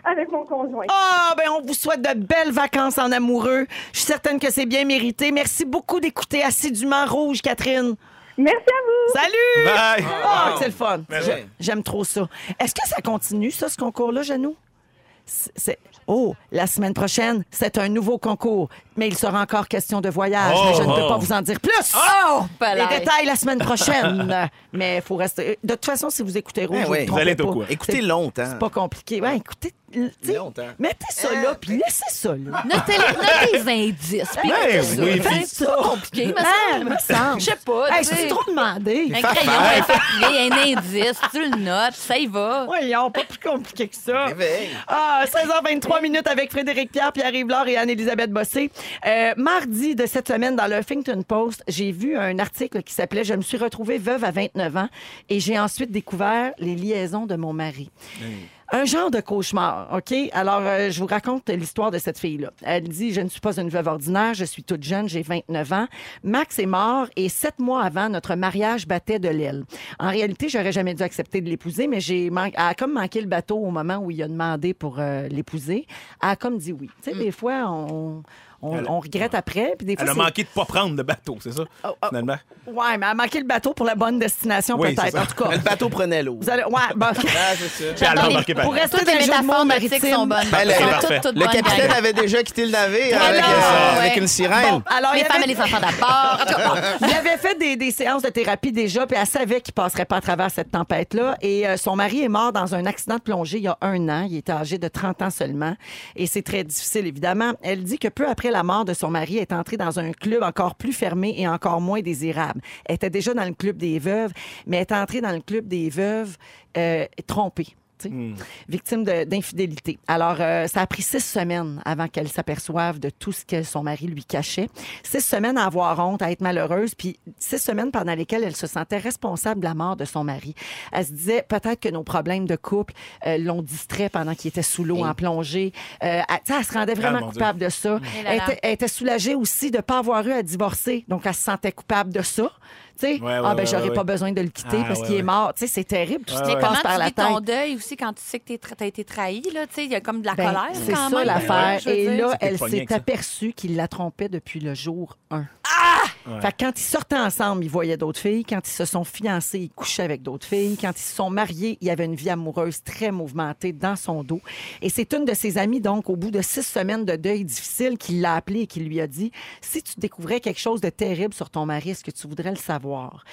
avec mon conjoint.
Ah, ben on vous souhaite de belles vacances en amoureux. Je suis certaine que c'est bien mérité. Merci beaucoup d'écouter assidûment Rouge, Catherine.
Merci à vous!
Salut!
Bye.
Ah, c'est le fun.
Merci.
J'aime trop ça. Est-ce que ça continue, ça, ce concours-là, Janou? C'est- c'est- Oh, la semaine prochaine, c'est un nouveau concours, mais il sera encore question de voyage. mais je ne peux
oh. Ah!
pas vous en dire plus.
Oh,
ben, Les
palais.
détails la semaine prochaine. mais il faut rester. De toute façon, si vous écoutez Rouge,
Eh
vous,
oui.
vous,
Vous
trompez
allez être au
pas.
courant.
Écoutez
C'est-
longtemps.
C'est pas compliqué. Ouais, écoutez. tu sais,
Longtemps.
Mettez ça là, puis laissez ça là.
Notez, notez les indices. Puis
Ben
notez ça.
oui,
Fait-
puis-
c'est pas compliqué, me
Ah,
semble.
me semble.
Je sais pas.
Hey,
tu sais.
c'est trop demandé.
Un crayon, un papier, un indice, tu le notes, ça y va.
Voyons, pas plus compliqué que ça.
Réveil.
Ah, 16h23 minutes avec Frédéric Pierre, Pierre-Yves Laure et Anne-Élisabeth Bossé. Euh, mardi de cette semaine, dans le Huffington Post, j'ai vu un article qui s'appelait « Je me suis retrouvée veuve à 29 ans et j'ai ensuite découvert les liaisons de mon mari Un genre de cauchemar, OK? Alors, euh, je vous raconte l'histoire de cette fille-là. Elle dit Je ne suis pas une veuve ordinaire, je suis toute jeune, j'ai 29 ans. Max est mort et sept mois avant, notre mariage battait de l'aile. En réalité, j'aurais jamais dû accepter de l'épouser, mais j'ai man- elle a comme manqué le bateau au moment où il a demandé pour euh, l'épouser. Elle a comme dit oui. Tu sais, des fois, on. on-
Mm. Elle-
on regrette après. Puis des fois,
Elle a
c'est-
manqué de pas prendre de bateau, c'est ça?
Oh, oh.
Finalement.
Ouais, mais elle a manqué le bateau pour la bonne destination,
Oui, c'est
peut-être.
ça.
En tout cas.
Mais le bateau prenait l'eau.
Vous allez. Ouais, bon.
Ah, c'est ça.
Puis elle a
J'adore les-
embarqué par
pour rester
Toutes
dans
les
les jeux de mots
métaphores nautiques
maritimes.
sont bonnes.
Ben, le-
Elles sont
parfait.
toutes, toutes
Le
bonnes.
capitaine
Ben,
avait déjà quitté le navire avec,
Voilà,
euh,
ouais.
avec une sirène.
Bon, alors, Ah, il y Ah,
Les
avait-
femmes et les enfants d'abord. En tout cas, bon.
Il avait fait des, des séances de thérapie déjà, puis elle savait qu'il passerait pas à travers cette tempête-là. Et euh, son mari est mort dans un accident de plongée il y a un an. Il était âgé de 30 ans seulement. Et c'est très difficile, évidemment. Elle dit que peu après la mort de son mari, elle est entrée dans un club encore plus fermé et encore moins désirable. Elle était déjà dans le club des veuves, mais elle est entrée dans le club des veuves euh, trompée. tu sais,
Hmm.
victime de- d'infidélité. Alors, euh, ça a pris six semaines avant qu'elle s'aperçoive de tout ce que son mari lui cachait. Six semaines à avoir honte, à être malheureuse, puis six semaines pendant lesquelles elle se sentait responsable de la mort de son mari. Elle se disait peut-être que nos problèmes de couple euh, l'ont distrait pendant qu'il était sous l'eau en plongée. Euh, elle, tu sais, elle se rendait vraiment
Ah, mon Dieu. Hmm.
coupable de ça.
Et là
Elle
là.
était, elle était soulagée aussi de ne pas avoir eu à divorcer, donc elle se sentait coupable de ça. Tu sais,
Ouais, ouais,
ah ben
ouais,
j'aurais
ouais,
pas
ouais.
besoin de le quitter
Ah,
parce
ouais,
qu'il est
ouais.
mort. Tu sais, c'est terrible tout ce qui
Ouais, ouais.
passe
Comment
par
tu
la
vis
tête.
ton deuil aussi quand tu sais que t'es tra- t'as été trahi, là, tu sais, il y a comme de la
Ben,
colère
C'est
quand
ça
même.
l'affaire.
je veux
Et
dire.
là,
C'était
elle
pogné
s'est
avec ça.
aperçue qu'il la trompait depuis le jour 1. Ah! Fait que quand ils sortaient ensemble, ils voyaient d'autres filles. Quand ils se sont fiancés, ils couchaient avec d'autres filles. Quand ils se sont mariés, il y avait une vie amoureuse très mouvementée dans son dos. Et c'est une de ses amies, donc, au bout de six semaines de deuil difficile, qui l'a appelée et qui lui a dit Si tu découvrais quelque chose de terrible sur ton mari, est-ce que tu voudrais le savoir?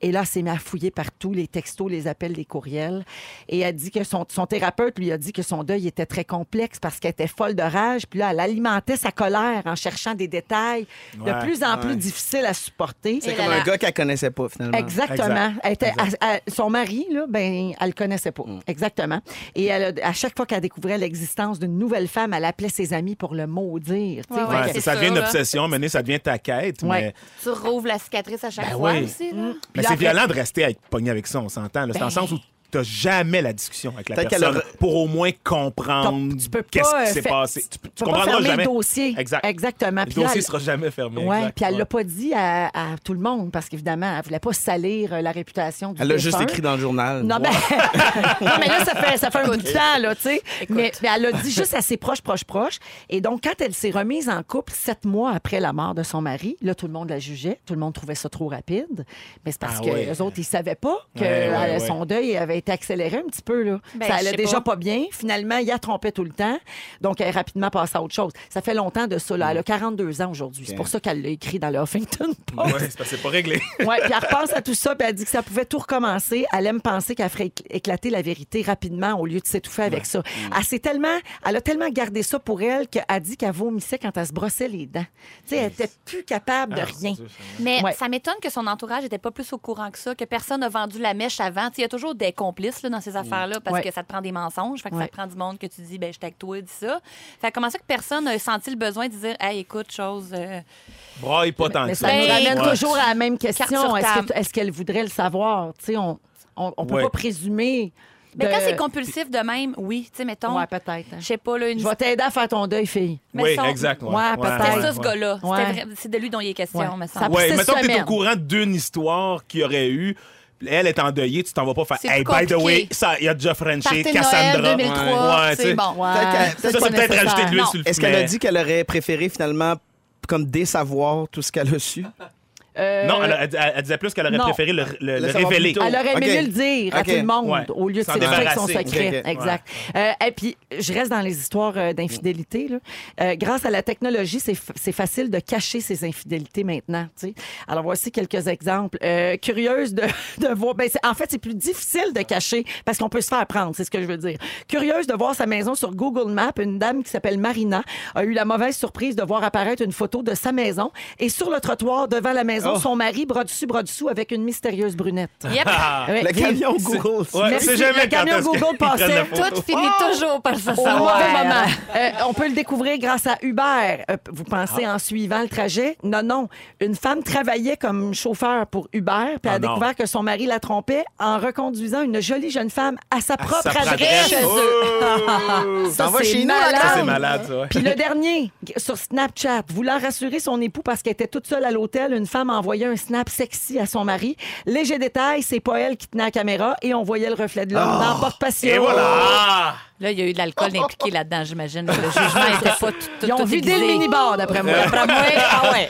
Et là, elle s'est mise à fouiller partout, les textos, les appels, les courriels. Et elle dit que son, son thérapeute lui a dit que son deuil était très complexe parce qu'elle était folle de rage. Puis là, elle alimentait sa colère en cherchant des détails de
Ouais,
plus en plus
ouais.
difficiles à supporter.
Et
C'est comme
là
un
là.
gars qu'elle connaissait pas, finalement.
Exactement. Elle était- elle- elle- son mari, là, ben, elle le connaissait pas.
Mm.
Exactement. Et elle a- à chaque fois qu'elle découvrait l'existence d'une nouvelle femme, elle appelait ses amis pour le maudire. tu sais.
Ouais,
Fait
Ouais,
que-
c'est-
c'est
ça
ça,
devient une
là.
obsession, mais ça devient ta quête.
Ouais.
Mais,
Tu rouvres la cicatrice à chaque
Ben
fois
oui.
aussi. là.
mais
Puis
c'est
après- Ben.
violent de rester à être pogné avec ça, on s'entend. là. C'est dans le sens où t'as jamais la discussion avec la
Peut-être qu'elle
personne
aurait-
pour au moins comprendre
Tu peux pas, euh,
qu'est-ce qui s'est
fait-
passé. Tu,
Tu peux pas
comprendras
fermer
jamais.
le dossier.
Exact.
Exactement.
Le
Puis là,
dossier
elle-
sera jamais fermé.
Ouais,
exact.
puis elle
Ouais.
l'a pas dit à, à tout le monde parce qu'évidemment, elle voulait pas salir euh, la réputation du
Elle l'a juste
défunt.
écrit dans le journal.
Non, ben- non, mais là, ça fait, ça fait un bout de temps, là, tu sais. Mais, mais elle l'a dit juste à ses proches, proches, proches. Et donc, quand elle s'est remise en couple sept mois après la mort de son mari, là, tout le monde la jugeait. Tout le monde trouvait ça trop rapide. Mais c'est parce
Ah
que
ouais.
les autres, ils savaient pas que
Ouais, ouais,
euh,
ouais.
son deuil avait été accéléré un petit peu, là.
Ben,
ça
je
allait
sais
déjà
pas.
pas bien. Finalement, il a trompé tout le temps. Donc, elle est rapidement passée à autre chose. Ça fait longtemps de ça, là. Elle a 42 ans aujourd'hui. C'est pour ça qu'elle l'a écrit dans le Huffington Post.
Ouais, c'est parce que c'est pas réglé.
Oui, puis elle repense à tout ça, puis elle dit que ça pouvait tout recommencer. Elle aime penser qu'elle ferait écl- éclater la vérité rapidement au lieu de s'étouffer avec ça.
Mm.
Elle, s'est tellement, elle a tellement gardé ça pour elle qu'elle dit qu'elle vomissait quand elle se brossait les dents. Tu sais, elle était plus capable
Ah,
de rien.
Mais
Ouais.
ça m'étonne que son entourage n'était pas plus au courant que ça, que personne n'a vendu la mèche avant. Tu sais, Il y a toujours des complice là, dans ces affaires-là parce
Ouais.
que ça te prend des mensonges. Fait que
Ouais.
ça te prend du monde que tu dis, ben, je t'ai avec toi, dis ça. Fait que comment ça que personne n'a senti le besoin de dire, hey, écoute, chose. euh,
Braille pas tant
Mais
que
ça
ça.
nous
Ben,
ramène
ouais.
toujours à la même
Carte
question.
sur
Est-ce
table.
que- est-ce qu'elle voudrait le savoir? Tu sais, on ne peut
Ouais.
pas présumer.
Mais
de-
Ben, quand c'est compulsif de même, oui, tu sais, mettons,
Ouais, peut-être. hein.
je sais pas, là, une.
Je vais t'aider à faire ton deuil, fille.
Oui,
mettons,
exact.
Ouais, peut-être.
C'était ça, ce gars-là. C'était
Ouais.
vrai- C'est de lui dont il est question,
Ouais.
me
Ça
semble.
Puis
Ouais,
cette
mettons que t'es
semaine.
au courant d'une histoire qu'il y aurait eu. Elle est endeuillée, tu t'en vas pas faire.
C'est
Hey,
plus
by the way,
compliqué.
ça, il y a déjà Frenché,
Partez de Noël
Cassandra.
2003,
Ouais, tu sais.
c'est bon.
Peut-être
Ça, c'est peut-être rajouter de l'huile sur le feu.
Est-ce qu'elle
mais-
a dit qu'elle aurait préféré finalement comme désavoir tout ce qu'elle a su?
Euh,
Non, elle, elle- elle- elle disait plus qu'elle aurait
non.
préféré le, le-
Le
le
savoir
révéler.
plus tôt.
Elle aurait aimé
Ok.
mieux le dire à
Ok.
tout le monde
Ouais.
au lieu de
S'en
s'extraire avec son
débarrasser.
secret.
Ok, ok.
Exact. Euh, et puis, je reste dans les histoires euh, d'infidélité. là. Euh, grâce à la technologie, c'est fa- c'est facile de cacher ces infidélités maintenant. tu sais. Alors, voici quelques exemples. Euh, curieuse de, de voir... ben, c'est- en fait, c'est plus difficile de cacher parce qu'on peut se faire prendre, c'est ce que je veux dire. Curieuse de voir sa maison sur Google Maps, une dame qui s'appelle Marina a eu la mauvaise surprise de voir apparaître une photo de sa maison et sur le trottoir devant la maison,
Oh.
son mari bras dessus, bras dessous avec une mystérieuse brunette.
Yep.
Ah,
Ouais.
Le camion Google.
Ouais,
Merci.
c'est jamais
Le camion
quand est-ce
Google
qu'ils prennent
passait.
la photo.
Tout finit toujours par se
au
savoir.
mauvais moment. Euh, on peut le découvrir grâce à Uber. Euh, vous pensez
Ah.
en suivant le trajet? Non, non. Une femme travaillait comme chauffeur pour Uber, puis elle a
Ah non.
découvert que son mari la trompait en reconduisant une jolie jeune femme à sa propre
Ça prend
adresse.
adresse. Oh!
Ça,
T'en vas
c'est
chez nous, la
malade.
Ça, c'est malade, ça. ouais.
Puis le dernier, g- sur Snapchat, voulant rassurer son époux parce qu'elle était toute seule à l'hôtel, une femme envoyait un snap sexy à son mari. Léger détail, c'est pas elle qui tenait la caméra et on voyait le reflet de l'homme
Ah.
dans porte-passion.
Et voilà!
Là, il y a eu de l'alcool impliqué là-dedans, j'imagine. Le jugement n'était pas tout, tout,
Ils ont
tout
vidé le
aiguisé.
mini-bar, d'après moi.
D'après moi, ah ouais.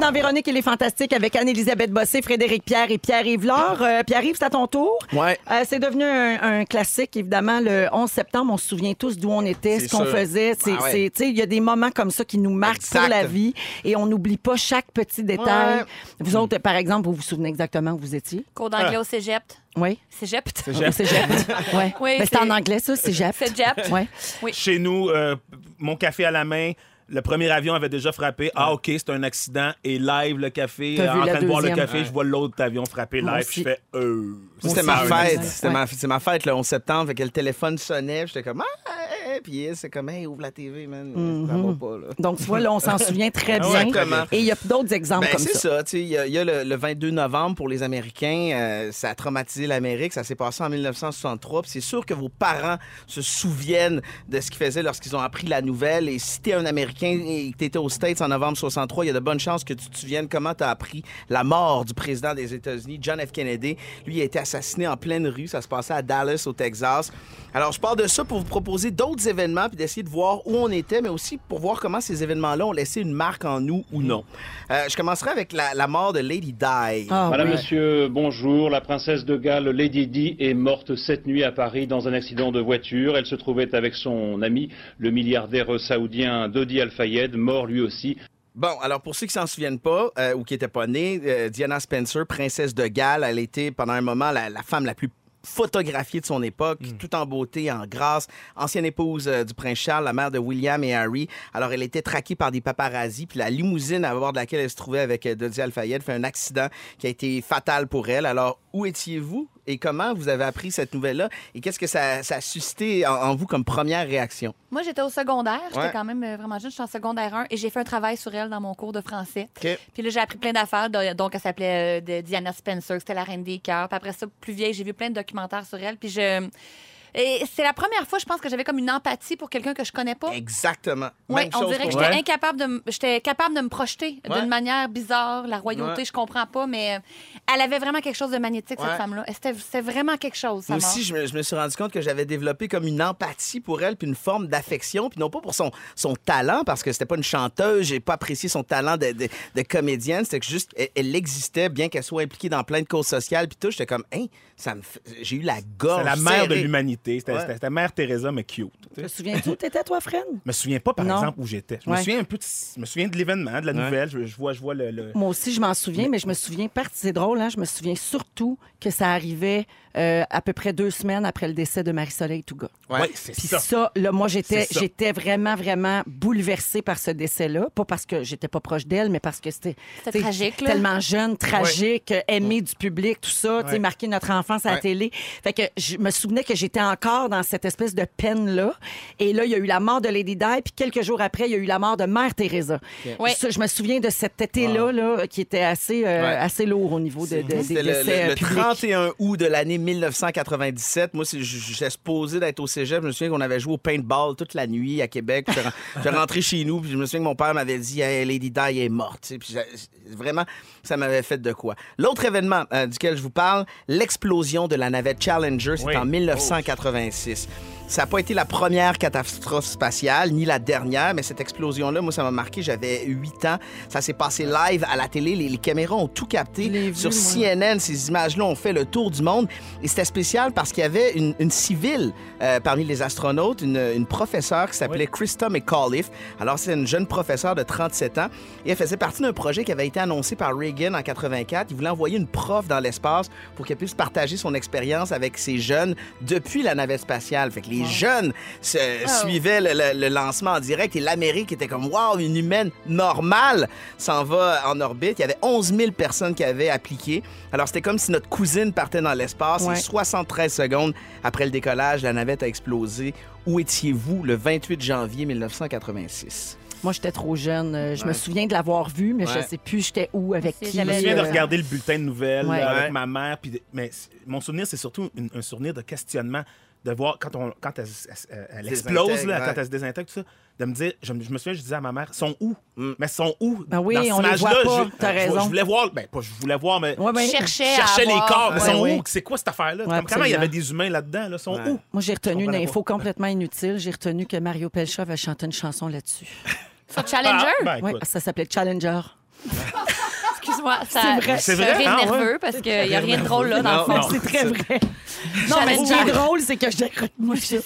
Dans Véronique, il est fantastique avec Anne-Elisabeth Bossé, Frédéric Pierre et Pierre-Yves Laure. Euh, Pierre-Yves, c'est à ton tour.
Ouais.
Euh, c'est devenu un, un classique, évidemment. Le 11 septembre, on se souvient tous d'où on était,
C'est
ce qu'on
sûr.
faisait. C'est-
Ah ouais.
c'est- tu sais, Il y a des moments comme ça qui nous marquent pour
Exact.
la vie et on n'oublie pas chaque petit détail.
Ouais.
Vous autres, par exemple, vous vous souvenez exactement où vous étiez?
Cours d'anglais au cégep.
Oui?
Cégep.
C'est ouais.
Oui,
Ben, c'est en
c'est-
anglais, ça, c'est Jap.
Cégep.
Ouais.
Chez nous, euh, mon café à la main. Le premier avion avait déjà frappé. Ah, OK, c'est un accident. Et live, le café.
T'as
euh,
vu
en
la
train de boire le
deuxième.
café, je vois l'autre avion frapper
Moi
live.
aussi.
Je fais, euh.
Ça, C'était ma fête. C'était ma, c'est ma fête le 11 septembre. Fait que le téléphone sonnait. J'étais comme, ah, eh, eh. puis eh, c'est comme, hey, ouvre la TV, man. Ça va pas, là.
Donc, tu vois, là, on s'en souvient très bien.
Exactement.
Et il y a d'autres exemples
Ben,
comme
c'est
ça.
ça. tu sais, Il y a, il y a le, le 22 novembre pour les Américains. euh, ça a traumatisé l'Amérique. Ça s'est passé en 1963. Puis C'est sûr que vos parents se souviennent de ce qu'ils faisaient lorsqu'ils ont appris la nouvelle. Et si t'es un Américain et que t'étais aux States en novembre 63, il y a de bonnes chances que tu te souviennes comment t'as appris la mort du président des États-Unis, John F. Kennedy. Lui, il a été assassiné en pleine rue. Ça se passait à Dallas, au Texas. Alors, je pars de ça pour vous proposer d'autres événements puis d'essayer de voir où on était, mais aussi pour voir comment ces événements-là ont laissé une marque en nous ou non. Euh, je commencerai avec la, la mort de Lady Di.
Ah,
Madame,
oui.
monsieur, bonjour. La princesse de Galles, Lady Di, est morte cette nuit à Paris dans un accident de voiture. Elle se trouvait avec son ami, le milliardaire saoudien Dodi Al-Fayed, mort lui aussi.
Bon, alors pour ceux qui s'en souviennent pas euh, ou qui n'étaient pas nés, euh, Diana Spencer, princesse de Galles, elle était pendant un moment la, la femme la plus photographiée de son époque, tout en beauté, en grâce, ancienne épouse euh, du prince Charles, la mère de William et Harry. Alors elle était traquée par des paparazzis, puis la limousine à bord de laquelle elle se trouvait avec euh, Dodi Al-Fayed fait un accident qui a été fatal pour elle. Alors où étiez-vous et comment vous avez appris cette nouvelle-là et qu'est-ce que ça, ça a suscité en- en vous comme première réaction?
Moi, j'étais au secondaire. J'étais
Ouais.
quand même euh, vraiment jeune. J'étais en secondaire 1 et j'ai fait un travail sur elle dans mon cours de français.
OK.
Puis là, j'ai appris plein d'affaires. Do- Donc, elle s'appelait euh, de- Diana Spencer. C'était la reine des cœurs. Puis après ça, plus vieille, j'ai vu plein de documentaires sur elle. Puis je. et C'est la première fois, je pense, que j'avais comme une empathie pour quelqu'un que je connais pas.
Exactement.
Oui,
Même
on
chose
dirait que
pour
j'étais
Ouais.
incapable de m- j'étais capable de me projeter
Ouais.
d'une manière bizarre, la royauté,
Ouais.
je comprends pas mais euh, elle avait vraiment quelque chose de magnétique cette
Ouais.
femme là. C'était c'est vraiment quelque chose ça.
Moi aussi, je me, je me suis rendu compte que j'avais développé comme une empathie pour elle, puis une forme d'affection, puis non pas pour son, son talent, parce que c'était pas une chanteuse, j'ai pas apprécié son talent de, de- de comédienne, c'était que juste, elle, elle existait, bien qu'elle soit impliquée dans plein de causes sociales, puis tout, j'étais comme, hein, ça me fait- j'ai eu la gorge.
C'est la mère de
serrée.
l'humanité. connecté. C'était c'était- c'était Mère Teresa, mais cute. tu
Je
sais.
me souviens tout. T'étais toi, Fred?
Je me souviens pas, par
Non.
exemple, où j'étais. Je me
Ouais.
souviens un peu de, je me souviens de l'événement, de la nouvelle. Je, je vois, je vois le. le-
Moi aussi, je m'en souviens, mais je me souviens, par- c'est drôle, hein, je me souviens surtout que ça arrivait euh, à peu près deux semaines après le décès de Marie-Soleil Touga.
Ouais, c'est
Puis
ça.
ça. là, moi, j'étais,
C'est ça.
j'étais vraiment, vraiment bouleversée par ce décès-là. Pas parce que j'étais pas proche d'elle, mais parce que c'était,
C'était
tu sais,
tragique, là.
tellement jeune, tragique, euh, aimé du public, tout ça, tu sais,
Ouais.
marqué notre enfance à la
Ouais.
télé. Fait que je me souvenais que j'étais encore dans cette espèce de peine-là. Et là, il y a eu la mort de Lady Di, puis quelques jours après, il y a eu la mort de Mère Teresa.
Ouais.
Ça, Je me souviens de cet été-là, là, qui était assez, euh,
Ouais.
assez lourd au niveau de, de- des
C'était le,
décès euh,
le- le
publics.
31 août de l'année 1997. Moi, c'est- j- j'étais supposé d'être au cégep. Je me souviens qu'on avait joué au paintball toute la nuit à Québec. Puis J'étais ren- j'étais rentré chez nous, puis je me souviens que mon père m'avait dit Hey, Lady Di est morte. Tu sais, Puis j'ai- vraiment, ça m'avait fait de quoi. L'autre événement euh, duquel je vous parle, l'explosion de la navette Challenger, c'est en 1986. Ça n'a pas été la première catastrophe spatiale, ni la dernière, mais cette explosion-là, moi, ça m'a marqué. J'avais 8 ans. Ça s'est passé live à la télé. Les, les caméras ont tout capté.
Je l'ai vu,
Sur
moi.
CNN, ces images-là ont fait le tour du monde. Et c'était spécial parce qu'il y avait une, une civile euh, parmi les astronautes, une, une professeure qui s'appelait Krista McAuliffe. Alors, c'est une jeune professeure de 37 ans. Et elle faisait partie d'un projet qui avait été annoncé par Reagan en 84. Il voulait envoyer une prof dans l'espace pour qu'elle puisse partager son expérience avec ses jeunes depuis la navette spatiale. Fait que les jeunes se suivaient le, le- le lancement en direct et l'Amérique était comme, wow, une humaine normale s'en va en orbite. Il y avait 11 000 personnes qui avaient appliqué. Alors, c'était comme si notre cousine partait dans l'espace.
Ouais.
Et 73 secondes après le décollage, la navette a explosé. Où étiez-vous le 28 janvier 1986?
Moi, j'étais trop jeune. Euh, Je me
Ouais.
souviens de l'avoir vu, mais je
Ouais.
sais plus j'étais où, avec
Merci,
qui.
Je me
j'avais-
souviens de
euh,
regarder le bulletin de nouvelles
Ouais.
là, avec
Ouais.
ma mère. puis de- mais c- mon souvenir, c'est surtout une- un souvenir de questionnement, de voir quand, on, quand elle, s- elle s- elle- elle
Se
explose,
désintègre,
là,
ouais.
quand elle se désintègre, tout ça, de me dire, je, me- je me souviens, je disais à ma mère, sont où? Mais sont où?
Ben oui,
dans cette
on les voit
image-là,
pas,
je-
t'as
je- je,
raison.
voulais voir, ben pas je voulais voir, mais
ouais, ouais.
Je cherchais à
cherchais les
avoir-
corps. mais
Ouais,
sont
ouais.
où? C'est quoi cette affaire-là?
Ouais,
Comme comment il y
absolument.
avait des humains là-dedans? Là, sont où?
Moi, j'ai retenu une
comprenais
info complètement inutile. J'ai retenu que Mario Pelcha avait chanté une chanson là-dessus.
Sur Challenger?
Ah, ben,
Ouais,
écoute.
ça s'appelait Challenger.
Excuse-moi, ça
vrai.
c'est
C'est vrai,
Ah,
hein, ouais.
nerveux parce qu'il n'y a rien de drôle là dans le
Non,
fond.
non.
C'est très vrai. Non, mais ce qui est
Challenger.
drôle, c'est que j'ai retenu ça.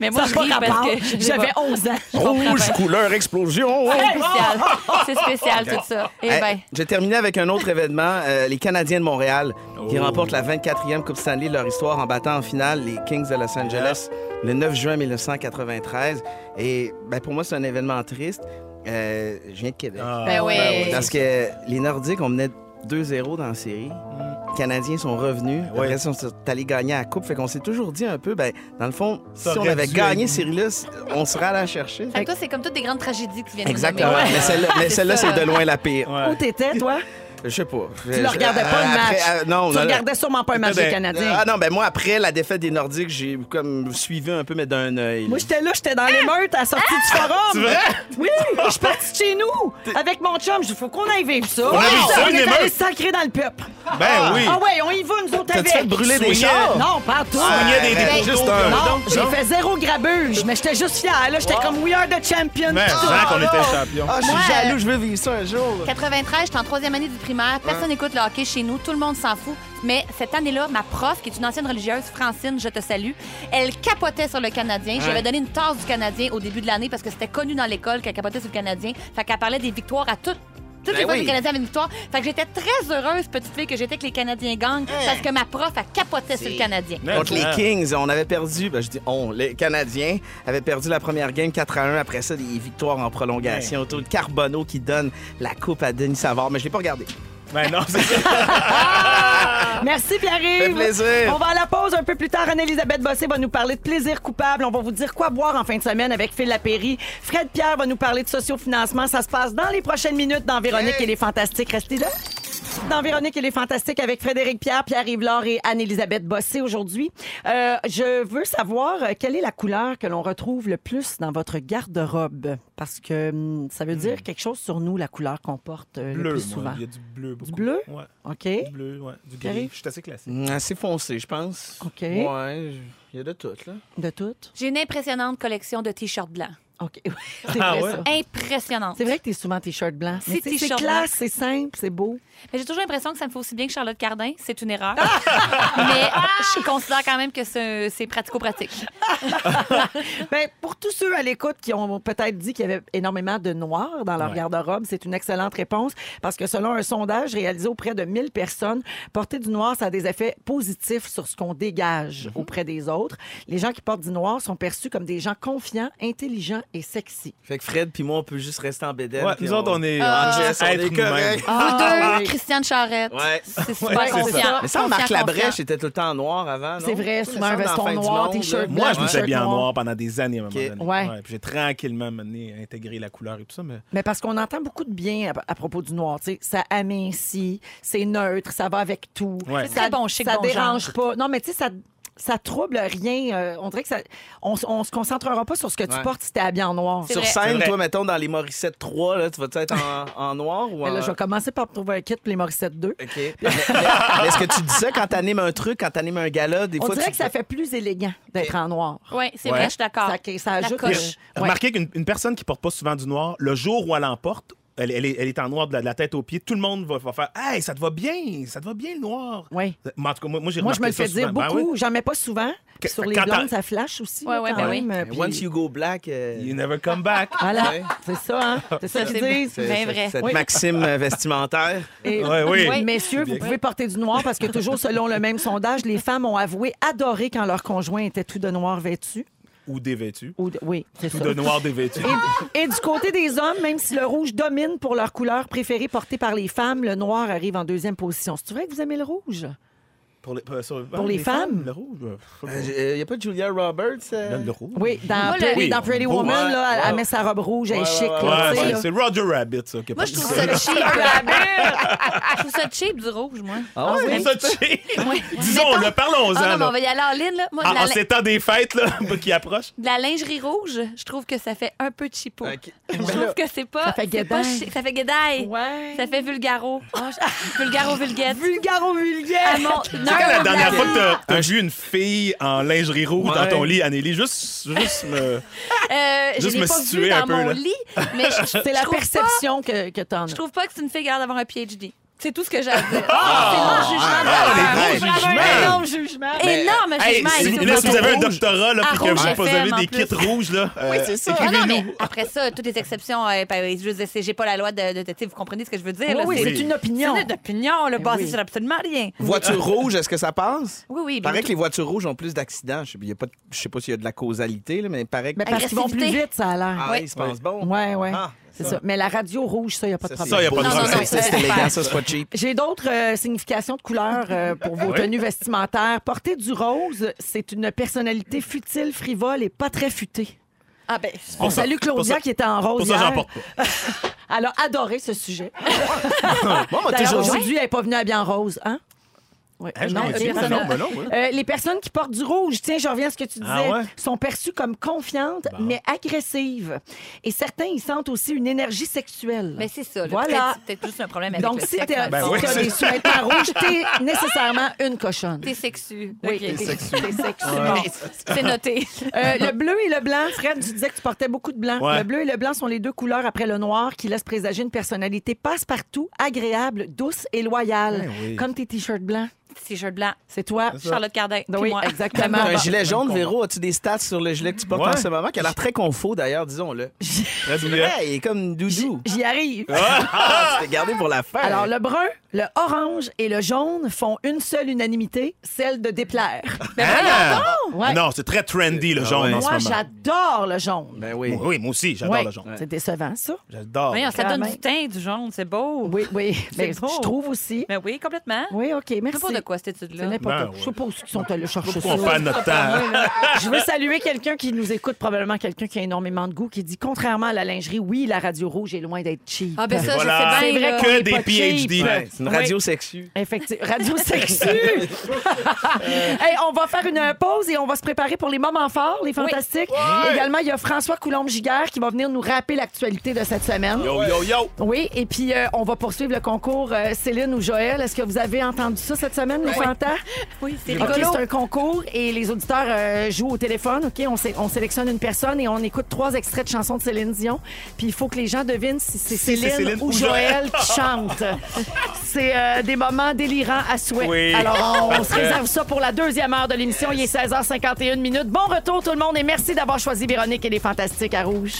Mais moi,
Ça a
je
pas
ris parce
rapport.
que je sais
j'avais
pas.
11 ans.
Rouge, couleur, explosion!
C'est spécial. C'est spécial tout ça. Eh
oh! Hey,
ben,
J'ai terminé avec un autre événement, euh, les Canadiens de Montréal,
Oh.
qui remportent la 24e Coupe Stanley de leur histoire en battant en finale les Kings de Los Angeles le 9 juin 1993. Et ben, pour moi, c'est un événement triste. Euh, je viens de
Ah,
Québec. Euh,
ben oui.
Parce que les Nordiques, on menait 2-0 dans la série. Les Canadiens sont revenus.
Mm. Ouais.
Après, ça, on est allé gagner à la Coupe. Fait qu'on s'est toujours dit un peu, ben, dans le fond,
Ça
si on
aurait
avait
dû
gagné
être-
cette série-là, c- on serait allé la chercher.
Fait que toi, c'est comme toutes des grandes tragédies que tu viens de nous
Exactement.
nommer.
Mais celle-là, mais
C'est
celle-là,
ça.
c'est de loin la pire.
Ouais.
Où t'étais, toi?
Je sais pas.
Tu ne regardais pas le match.
non, non,
tu
non.
regardais sûrement pas un match des
Ben,
Canadiens.
Ah non, ben moi, après la défaite des Nordiques, j'ai comme suivi un peu, mais d'un œil. là.
Moi, j'étais là, j'étais dans l'émeute à la sortie
Ah!
du forum. C'est vrai? Oui, je suis partie de chez nous avec mon chum. Je dis, faut qu'on aille vivre ça.
a vécu ça,
on
une
est allé
émeute?
sacrer dans le peuple.
Ben oui.
Ah ouais, on y va, nous autres avec.
T'as-tu fait brûler des
Soignant.
chars?
Non, pas tout.
Ah,
Soignant des-
Arrête,
des-
juste
des-
un.
Non, j'ai
Non?
fait zéro grabuge, mais j'étais juste fière. Là, j'étais comme We are the
Ben,
champion.
Mais
Tout
sans
ça.
qu'on Ben, était champion.
Ah, je suis
Moi,
jaloux, je veux vivre ça un jour.
93, j'étais en troisième année du primaire. Personne n'écoute le hockey chez nous. Tout le monde s'en fout. Mais cette année-là, ma prof, qui est une ancienne religieuse, Francine, je te salue, elle capotait sur le Canadien. J'avais donné une tasse du Canadien au début de l'année parce que c'était connu dans l'école qu'elle capotait sur le Canadien. Fait qu'elle parlait des victoires à toutes. Toutes les
Ben
fois que
oui.
le Canadien avait une victoire. Fait que j'étais très heureuse, petite fille, que j'étais que les Canadiens gagnent parce que ma prof, elle capotait sur le Canadien.
Contre
hein.
les Kings, on avait perdu, ben, je dis on, les Canadiens avaient perdu la première game 4 à 1. Après ça, des victoires en prolongation autour de Carbonneau qui donne la coupe à Denis Savard, mais je l'ai pas regardé.
Ben non, c'est ça.
Merci,
Fait
Pierre-Yves.
plaisir.
On va à la pause un peu plus tard. Anne-Elisabeth Bossé va nous parler de plaisir coupable. On va vous dire quoi boire en fin de semaine avec Phil Lapéry. Fred Pierre va nous parler de sociofinancement. Ça se passe dans les prochaines minutes dans Véronique et les Fantastiques. Restez là. Dans Véronique et les Fantastiques avec Frédéric Pierre, Pierre-Yves Laure et Anne-Elisabeth Bossé aujourd'hui. Euh, je veux savoir euh, quelle est la couleur que l'on retrouve le plus dans votre garde-robe. Parce que hum, ça veut dire quelque chose sur nous, la couleur qu'on porte euh, le
Hmm. Bleu,
plus
moi.
souvent.
Il y a du bleu beaucoup.
bleu?
Ouais.
OK?
Du bleu, ouais. Du
Pierre-Yves?
gris. Je suis assez classique.
Mm, Assez foncé, je pense.
OK.
Ouais, je- il y a de tout, là.
De toutes?
J'ai une impressionnante collection de t-shirts blancs.
OK. oui, C'est
Ah
vrai,
ouais?
ça.
Impressionnante.
C'est vrai que t'es souvent t-shirt blanc. Mais
C'est
tu sais, C'est
t-shirt
classe,
blanc.
c'est simple, c'est beau.
Mais J'ai toujours l'impression que ça me fait aussi bien que Charlotte Cardin. C'est une erreur.
Ah!
Mais je considère quand même que c'est c'est pratico-pratique.
Ben, pour tous ceux à l'écoute qui ont peut-être dit qu'il y avait énormément de noirs dans leur garde-robe, c'est une excellente réponse parce que selon un sondage réalisé auprès de 1000 personnes, porter du noir, ça a des effets positifs sur ce qu'on dégage auprès des autres. Les gens qui portent du noir sont perçus comme des gens confiants, intelligents et sexy.
Fait que Fred puis moi, on peut juste rester en bédaine.
Ouais,
puis
nous
on-
autres, on est.
en
on est
Jess, on
être
est
nous-mêmes.
correct.
Vous
Ah,
deux,
oui.
Christiane Charrette.
Ouais.
C'est super
Ouais, c'est ça.
confiant.
Mais ça, on marque
Confiant,
la
confiant.
brèche, j'étais tout le temps en noir avant. non?
C'est vrai,
Ça,
souvent un
ça, dans la
veston
fin du
noir,
monde,
t-shirt
là.
blanc.
Moi, je me
Ouais.
suis habillé en
Noir.
noir pendant des années à un moment
Ok.
donné.
Ouais.
puis j'ai tranquillement mené à intégrer la couleur et tout ça. Mais...
Mais parce qu'on entend beaucoup de bien à, à propos du noir. tu sais. Ça amincit, c'est neutre, ça va avec tout.
Ouais.
C'est
Ça,
très bon chic,
ça
bon
dérange pas. Non, mais tu sais, ça. Ça trouble rien. Euh, on dirait que ça. On, s- on se concentrera pas sur ce que tu
Ouais.
portes si t'es habillé en noir.
C'est
Sur
vrai.
C'est
scène,
vrai.
toi, mettons, dans les Morissette 3, là, tu vas-tu être en, en noir ou en...
Mais là, je vais commencer par me trouver un kit pour les Morissette 2.
OK. Mais- mais- mais Est-ce que tu dis ça quand t'animes un truc, quand t'animes un gala? Des
On
fois,
dirait
tu-
que ça fait plus élégant d'être en noir.
Oui, c'est
Ouais.
vrai, je suis d'accord.
Ça, ça
La
ajoute.
coche.
euh, ouais.
Remarquez qu'une une personne qui porte pas souvent du noir, le jour où elle en porte, elle, elle est, elle est en noir de la, de la tête aux pieds, tout le monde va, va faire Hey, ça te va bien, ça te va bien le noir.
Oui.
Mais en tout cas, moi, moi j'ai
Moi, je
remarqué
me le fais
ça
dire
souvent. Ben
beaucoup. J'en mets pas souvent. Puis
Que-
sur les
quand
blondes,
t'as-
ça flash aussi.
Ouais,
là,
ouais,
quand
ben oui.
même. Puis-
Once you go black... euh,
oui. You never come back.
Voilà.
Ouais.
C'est ça, hein? C'est ça
Ça,
qu'ils
c'est
disent.
bien vrai.
Cette
Oui.
maxime euh, vestimentaire.
Et-
Ouais, oui. Eh
Ouais.
Messieurs, vous pouvez porter du noir parce que toujours selon le même sondage, les femmes ont avoué adorer quand leur conjoint était tout de noir vêtu.
Ou dévêtu.
Ou de- Oui, c'est
Tout
ça.
de noir dévêtu.
Et, et du côté des hommes, même si le rouge domine pour leur couleur préférée portée par les femmes, le noir arrive en deuxième position. C'est vrai que vous aimez le rouge?
Pour les, pour, sur-
Pour les femmes.
Le rouge. euh,
Il n'y a pas Julia Roberts? euh?
Le, le rouge.
Oui, dans,
Moi, le-
Pretty-
Oui,
dans Pretty
rouge.
Woman,
Ouais,
là, elle- elle
ouais.
met sa robe rouge, elle est chic.
Ouais,
là, tu sais,
c'est-
là.
c'est Roger Rabbit, ça. Qui a
Moi,
pas
je
dit
trouve ça cheap. je trouve ça cheap du rouge, moi.
Ah
Je trouve ça cheap.
Mettons-
Disons-le, parlons-en.
Ah non, mais
là.
on va y aller en ligne, là. Moi,
Ah,
de,
En,
la
en
lin-
ces temps des fêtes là, qui approchent.
de la lingerie rouge, je trouve que ça fait un peu cheapo.
Ok.
Je trouve que c'est pas.
Ça fait
c'est pas
guédaille.
chic. Ça fait guédaille.
Ouais. Ah,
Ça fait vulgaro. vulgaro vulguette.
Vulgaro
Ah,
vulgaire.
mon-
C'est quand la dernière
Non,
fois que t'as- t'as vu une fille en lingerie rouge dans
Ouais.
ton lit, Anneli? Juste, juste me...
Euh, je
Juste
l'ai
me
pas
situer
vu
un
dans
peu,
mon
là.
lit, mais je- je-
C'est
je
la
trouve pas-
perception que, que t'en as.
Je trouve pas que c'est une fille qui a l'air d'avoir un PhD. C'est tout ce que j'ai à dire. c'est mon jugement.
Ah, les gros
Bravo, un
jugements.
énorme jugement.
Énorme
Hey,
jugement.
si,
et tout.
là, si vous avez un doctorat là,
À
puis que
Rouge
vous posez
FM, en
des
plus.
kits rouges, là,
Oui,
euh,
c'est ça.
Ah non, mais après ça, toutes les exceptions, euh, ben, je veux dire, c'est- j'ai pas la loi de, de, de- tu sais, vous comprenez ce que je veux dire?
Oui,
là,
oui,
c'est-
c'est une opinion.
C'est une opinion,
Ben
le passé
oui.
sur absolument rien.
Voiture rouge, est-ce que ça passe?
Oui, oui, bien
Paraît que les voitures rouges ont plus d'accidents. Je ne sais, pas- je sais pas s'il y a de la causalité, là, mais paraît que.
Mais parce qu'ils vont plus
Agressivité.
vite, ça a l'air.
Ah,
Ouais.
ils se pensent bon.
Ouais, ouais.
Ah,
c'est ça. Mais la radio rouge, ça, il n'y a pas de
Ça, c'est
problème.
y a pas de
beau.
problème.
Non, non, non,
Ça,
c'est
c'est élégant,
super.
ça, c'est pas cheap.
J'ai d'autres euh, significations de couleurs euh, pour
Ah
vos tenues vestimentaires. Porter du rose, c'est une personnalité futile, frivole et pas très futée.
Ah ben,
On
Pour ça-
salue
pour
Claudia
ça-
qui était en rose.
pour ça,
hier.
j'en porte Ah, pas.
Elle a adoré ce sujet.
Moi, on m'a
D'ailleurs,
toujours dit.
aujourd'hui, elle n'est pas venue habillée en rose. Hein? Ouais.
Hein, je
Non,
l'ai
ok,
dit,
parfait.
non, mais non, ouais.
Euh, les personnes qui portent du rouge, tiens, je reviens à ce que tu disais,
Ah ouais?
sont perçues comme confiantes, mais agressives. Et certains, ils sentent aussi une énergie sexuelle.
mais c'est ça. là.
Voilà.
Peut-être- C'est peut-être juste un problème avec
Donc,
le
si
sexe,
t'as
Ben
si
dans le fond.
oui,
t'as
Ben c'est
des sous-vêtements rouges, t'es nécessairement une cochonne.
T'es sexu.
Oui,
Ok.
t'es sexu. T'es sexu.
C'est noté.
Euh, le bleu et le blanc, Fred, tu disais que tu portais beaucoup de blanc.
Ouais.
Le bleu et le blanc sont les deux couleurs après le noir qui laissent présager une personnalité passe-partout, agréable, douce et loyale.
Eh oui.
Comme tes t-shirts blancs.
T-shirt blanc.
C'est toi.
Charlotte Cardin. puis
Ben Oui,
moi.
exactement.
T'as un gilet jaune, Véro, as-tu des stats sur le gilet que tu portes
Ouais.
en ce moment? Qui a l'air très confo, d'ailleurs, disons-le.
Très
C'est
douillet.
vrai, il est comme une doudou.
J'y arrive.
Ah, tu t'es gardé pour la fin.
Alors, le brun, le orange et le jaune font une seule unanimité, celle de déplaire.
Ah!
Ouais.
Non, c'est très trendy, le jaune, en ce
Moi,
moment.
j'adore le jaune.
Ben oui.
Oui, moi aussi, j'adore
Ouais.
le jaune.
C'est décevant, ça.
J'adore.
Voyons, ça
Quand
donne
même.
du teint, du jaune, c'est beau.
Oui, oui.
C'est
Mais
beau.
je trouve aussi.
Mais oui, complètement.
Oui, OK,
Je
merci.
sais pas de quoi cette
C'est
étude-là.
n'importe
Ben
quoi.
ouais.
Je sais pas où ceux qui sont allés chercher ça.
Pourquoi on perd notre temps?
Je veux saluer quelqu'un qui nous écoute, probablement quelqu'un qui a énormément de goût, qui dit contrairement à la lingerie, oui, la radio rouge est loin d'être cheap.
Ah ben ça,
Voilà.
je sais
C'est
bien.
vrai
là.
qu'on
Que
est
des
pas cheap.
PhD.
Ouais, c'est une radio sexue.
Effectivement. Radio sexu! Hey, on va faire une pause et on on va se préparer pour les moments forts, les fantastiques. Également, il y a François Coulombe-Giguère qui va venir nous rappeler l'actualité de cette semaine.
Yo, yo, yo!
Oui, et puis euh, on va poursuivre le concours euh, Céline ou Joël. Est-ce que vous avez entendu ça cette semaine, les fantas?
Oui, c'est
OK,
rigolo.
c'est un concours et les auditeurs euh, jouent au téléphone. OK, on, sé- on sélectionne une personne et on écoute trois extraits de chansons de Céline Dion. Puis il faut que les gens devinent si c'est Céline,
Céline
ou
ou
Joël qui chante. c'est euh, des moments délirants à souhait.
Oui.
Alors, on, on se réserve ça pour la deuxième heure de l'émission. Il est 16h51 minutes. Bon retour tout le monde et merci d'avoir choisi Véronique et les Fantastiques à Rouge.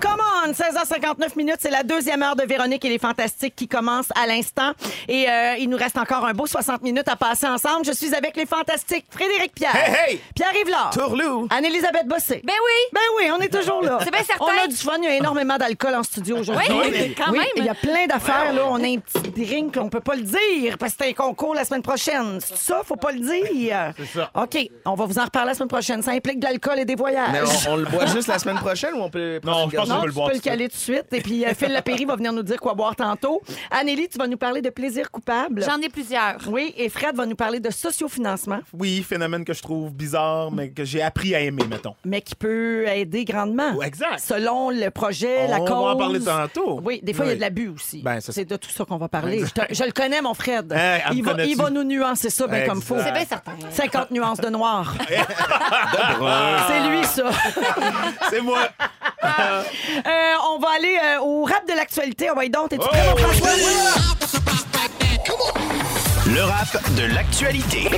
Come on! 16h59 minutes, c'est la deuxième heure de Véronique et les Fantastiques qui commence à l'instant. Et euh, il nous reste encore un beau 60 minutes à passer ensemble. Je suis avec les Fantastiques Frédéric Pierre.
Hey, hey!
Pierre Yvelard.
Tourlou.
Anne-Élisabeth Bossé.
Ben oui!
Ben oui, on est toujours là.
C'est bien certain.
On a du fun. Il y a énormément d'alcool en studio aujourd'hui.
Oui, mais quand même.
Il y a plein d'affaires. là. On a un petit drink. On peut pas le dire parce que c'est un concours la semaine prochaine. C'est ça, faut pas le dire. C'est ça. OK, on va vous en reparler la semaine prochaine. Ça implique de l'alcool et des voyages.
Mais on, on le boit juste la semaine prochaine ou on peut.
Non, je pense
Non,
qu'on peut
tu
le boire.
peux le caler tout de suite. Et puis, euh, Phil Lapéry va venir nous dire quoi boire tantôt. Anélie, tu vas nous parler de plaisir coupable.
J'en ai plusieurs.
Oui, et Fred va nous parler de sociofinancement,
Oui, phénomène que je trouve bizarre, mais que j'ai appris à aimer, mettons.
mais qui peut aider grandement.
Ouais, exact.
Selon le projet, la
On
cause.
va en parler tantôt.
Oui, des fois, il y a
Oui.
de l'abus aussi.
Ben, c'est ça.
c'est de tout ça qu'on va parler. Je, te- je le connais, mon Fred.
Hey, elle me
il, va,
connaît-tu?
il va nous nuancer ça bien
Exact.
comme faut.
C'est bien certain.
50 nuances de noir.
Ah!
C'est lui, ça.
C'est moi.
Euh, on va aller euh, au rap de l'actualité. On va y donc. T'es-tu prêt,
Oh!
mon François?
Le rap de l'actualité.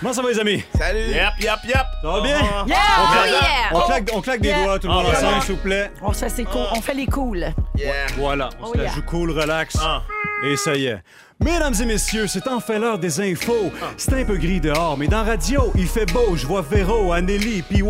Comment ça va, les amis?
Salut!
Yap, yap, yap.
Ça va bien? Ah, ben
Yeah!
Oh, yeah!
On claque, on claque des
Yeah.
doigts, tout le monde
yeah.
ensemble, s'il vous plaît.
On, se fait ses cou- on fait les cools.
Yeah.
Voilà, on
Oh
se la
yeah.
joue cool, relax.
Ah.
Et ça y est. Mesdames et messieurs, c'est enfin l'heure des infos.
Ah.
C'est un peu gris dehors, mais dans radio, il fait beau. Je vois Véro, Anneli, PY,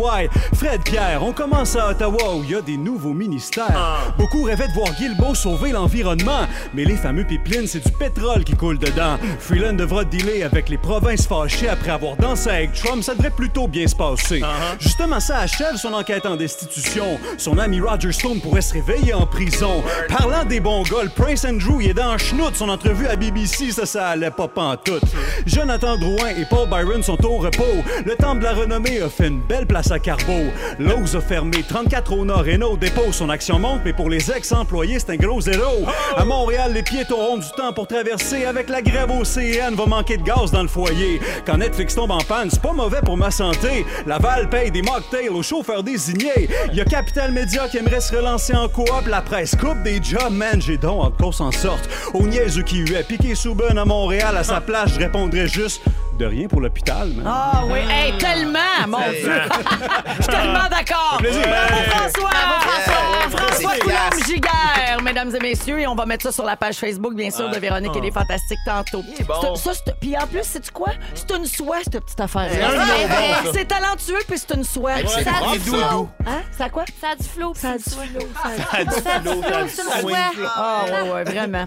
Fred, Pierre. On commence à Ottawa où il y a des nouveaux ministères.
Ah.
Beaucoup rêvaient de voir Guilbeault sauver l'environnement, mais les fameux pipelines, c'est du pétrole qui coule dedans. Freeland devra dealer avec les provinces fâchées après avoir dansé avec Trump. Ça devrait plutôt bien se passer. Justement, ça achève son enquête en destitution. Son ami Roger Stone pourrait se réveiller en prison. Parlant des bons gars, le Prince Andrew, il est dans Schnout. Son entrevue à BBC, ça, ça allait pas pantoute. Jonathan Drouin et Paul Byron sont au repos. Le temple de la renommée a fait une belle place à Carbo. Lowe's a fermé 34 au nord et nos dépôts. Son action monte, mais pour les ex-employés, c'est un gros zéro. À Montréal, les piétons auront du temps pour traverser. Avec la grève au CN, va manquer de gaz dans le foyer. Quand Netflix tombe en panne, c'est pas mauvais pour ma santé. Laval paye des mocktails aux chauffeurs désignés. Il y a Capital Média qui aimerait se relancer en coop. La presse coupe des jobs, man. J'ai donc hâte qu'on s'en sorte. Au niaise qui huait, piqué Souben à Montréal, à sa place, je répondrais juste de rien pour l'hôpital, man.
Ah oui, hey, tellement, mon Dieu! Je suis tellement d'accord! Bravo François! Bravo François! François
C'est
coulombe giguère mesdames et messieurs, et on va mettre ça sur la page Facebook, bien sûr, de Véronique et les Fantastiques tantôt.
bon.
C'est- Ça, c'est- puis en plus, c'est quoi? C'est une soie, cette petite affaire.
C'est vrai.
C'est talentueux, puis c'est une soie.
Ça a du flow.
Hein? Ça a quoi?
Ça a du flow. Ça a du flow.
C'est
Ça a
Ah, ouais, ouais, vraiment.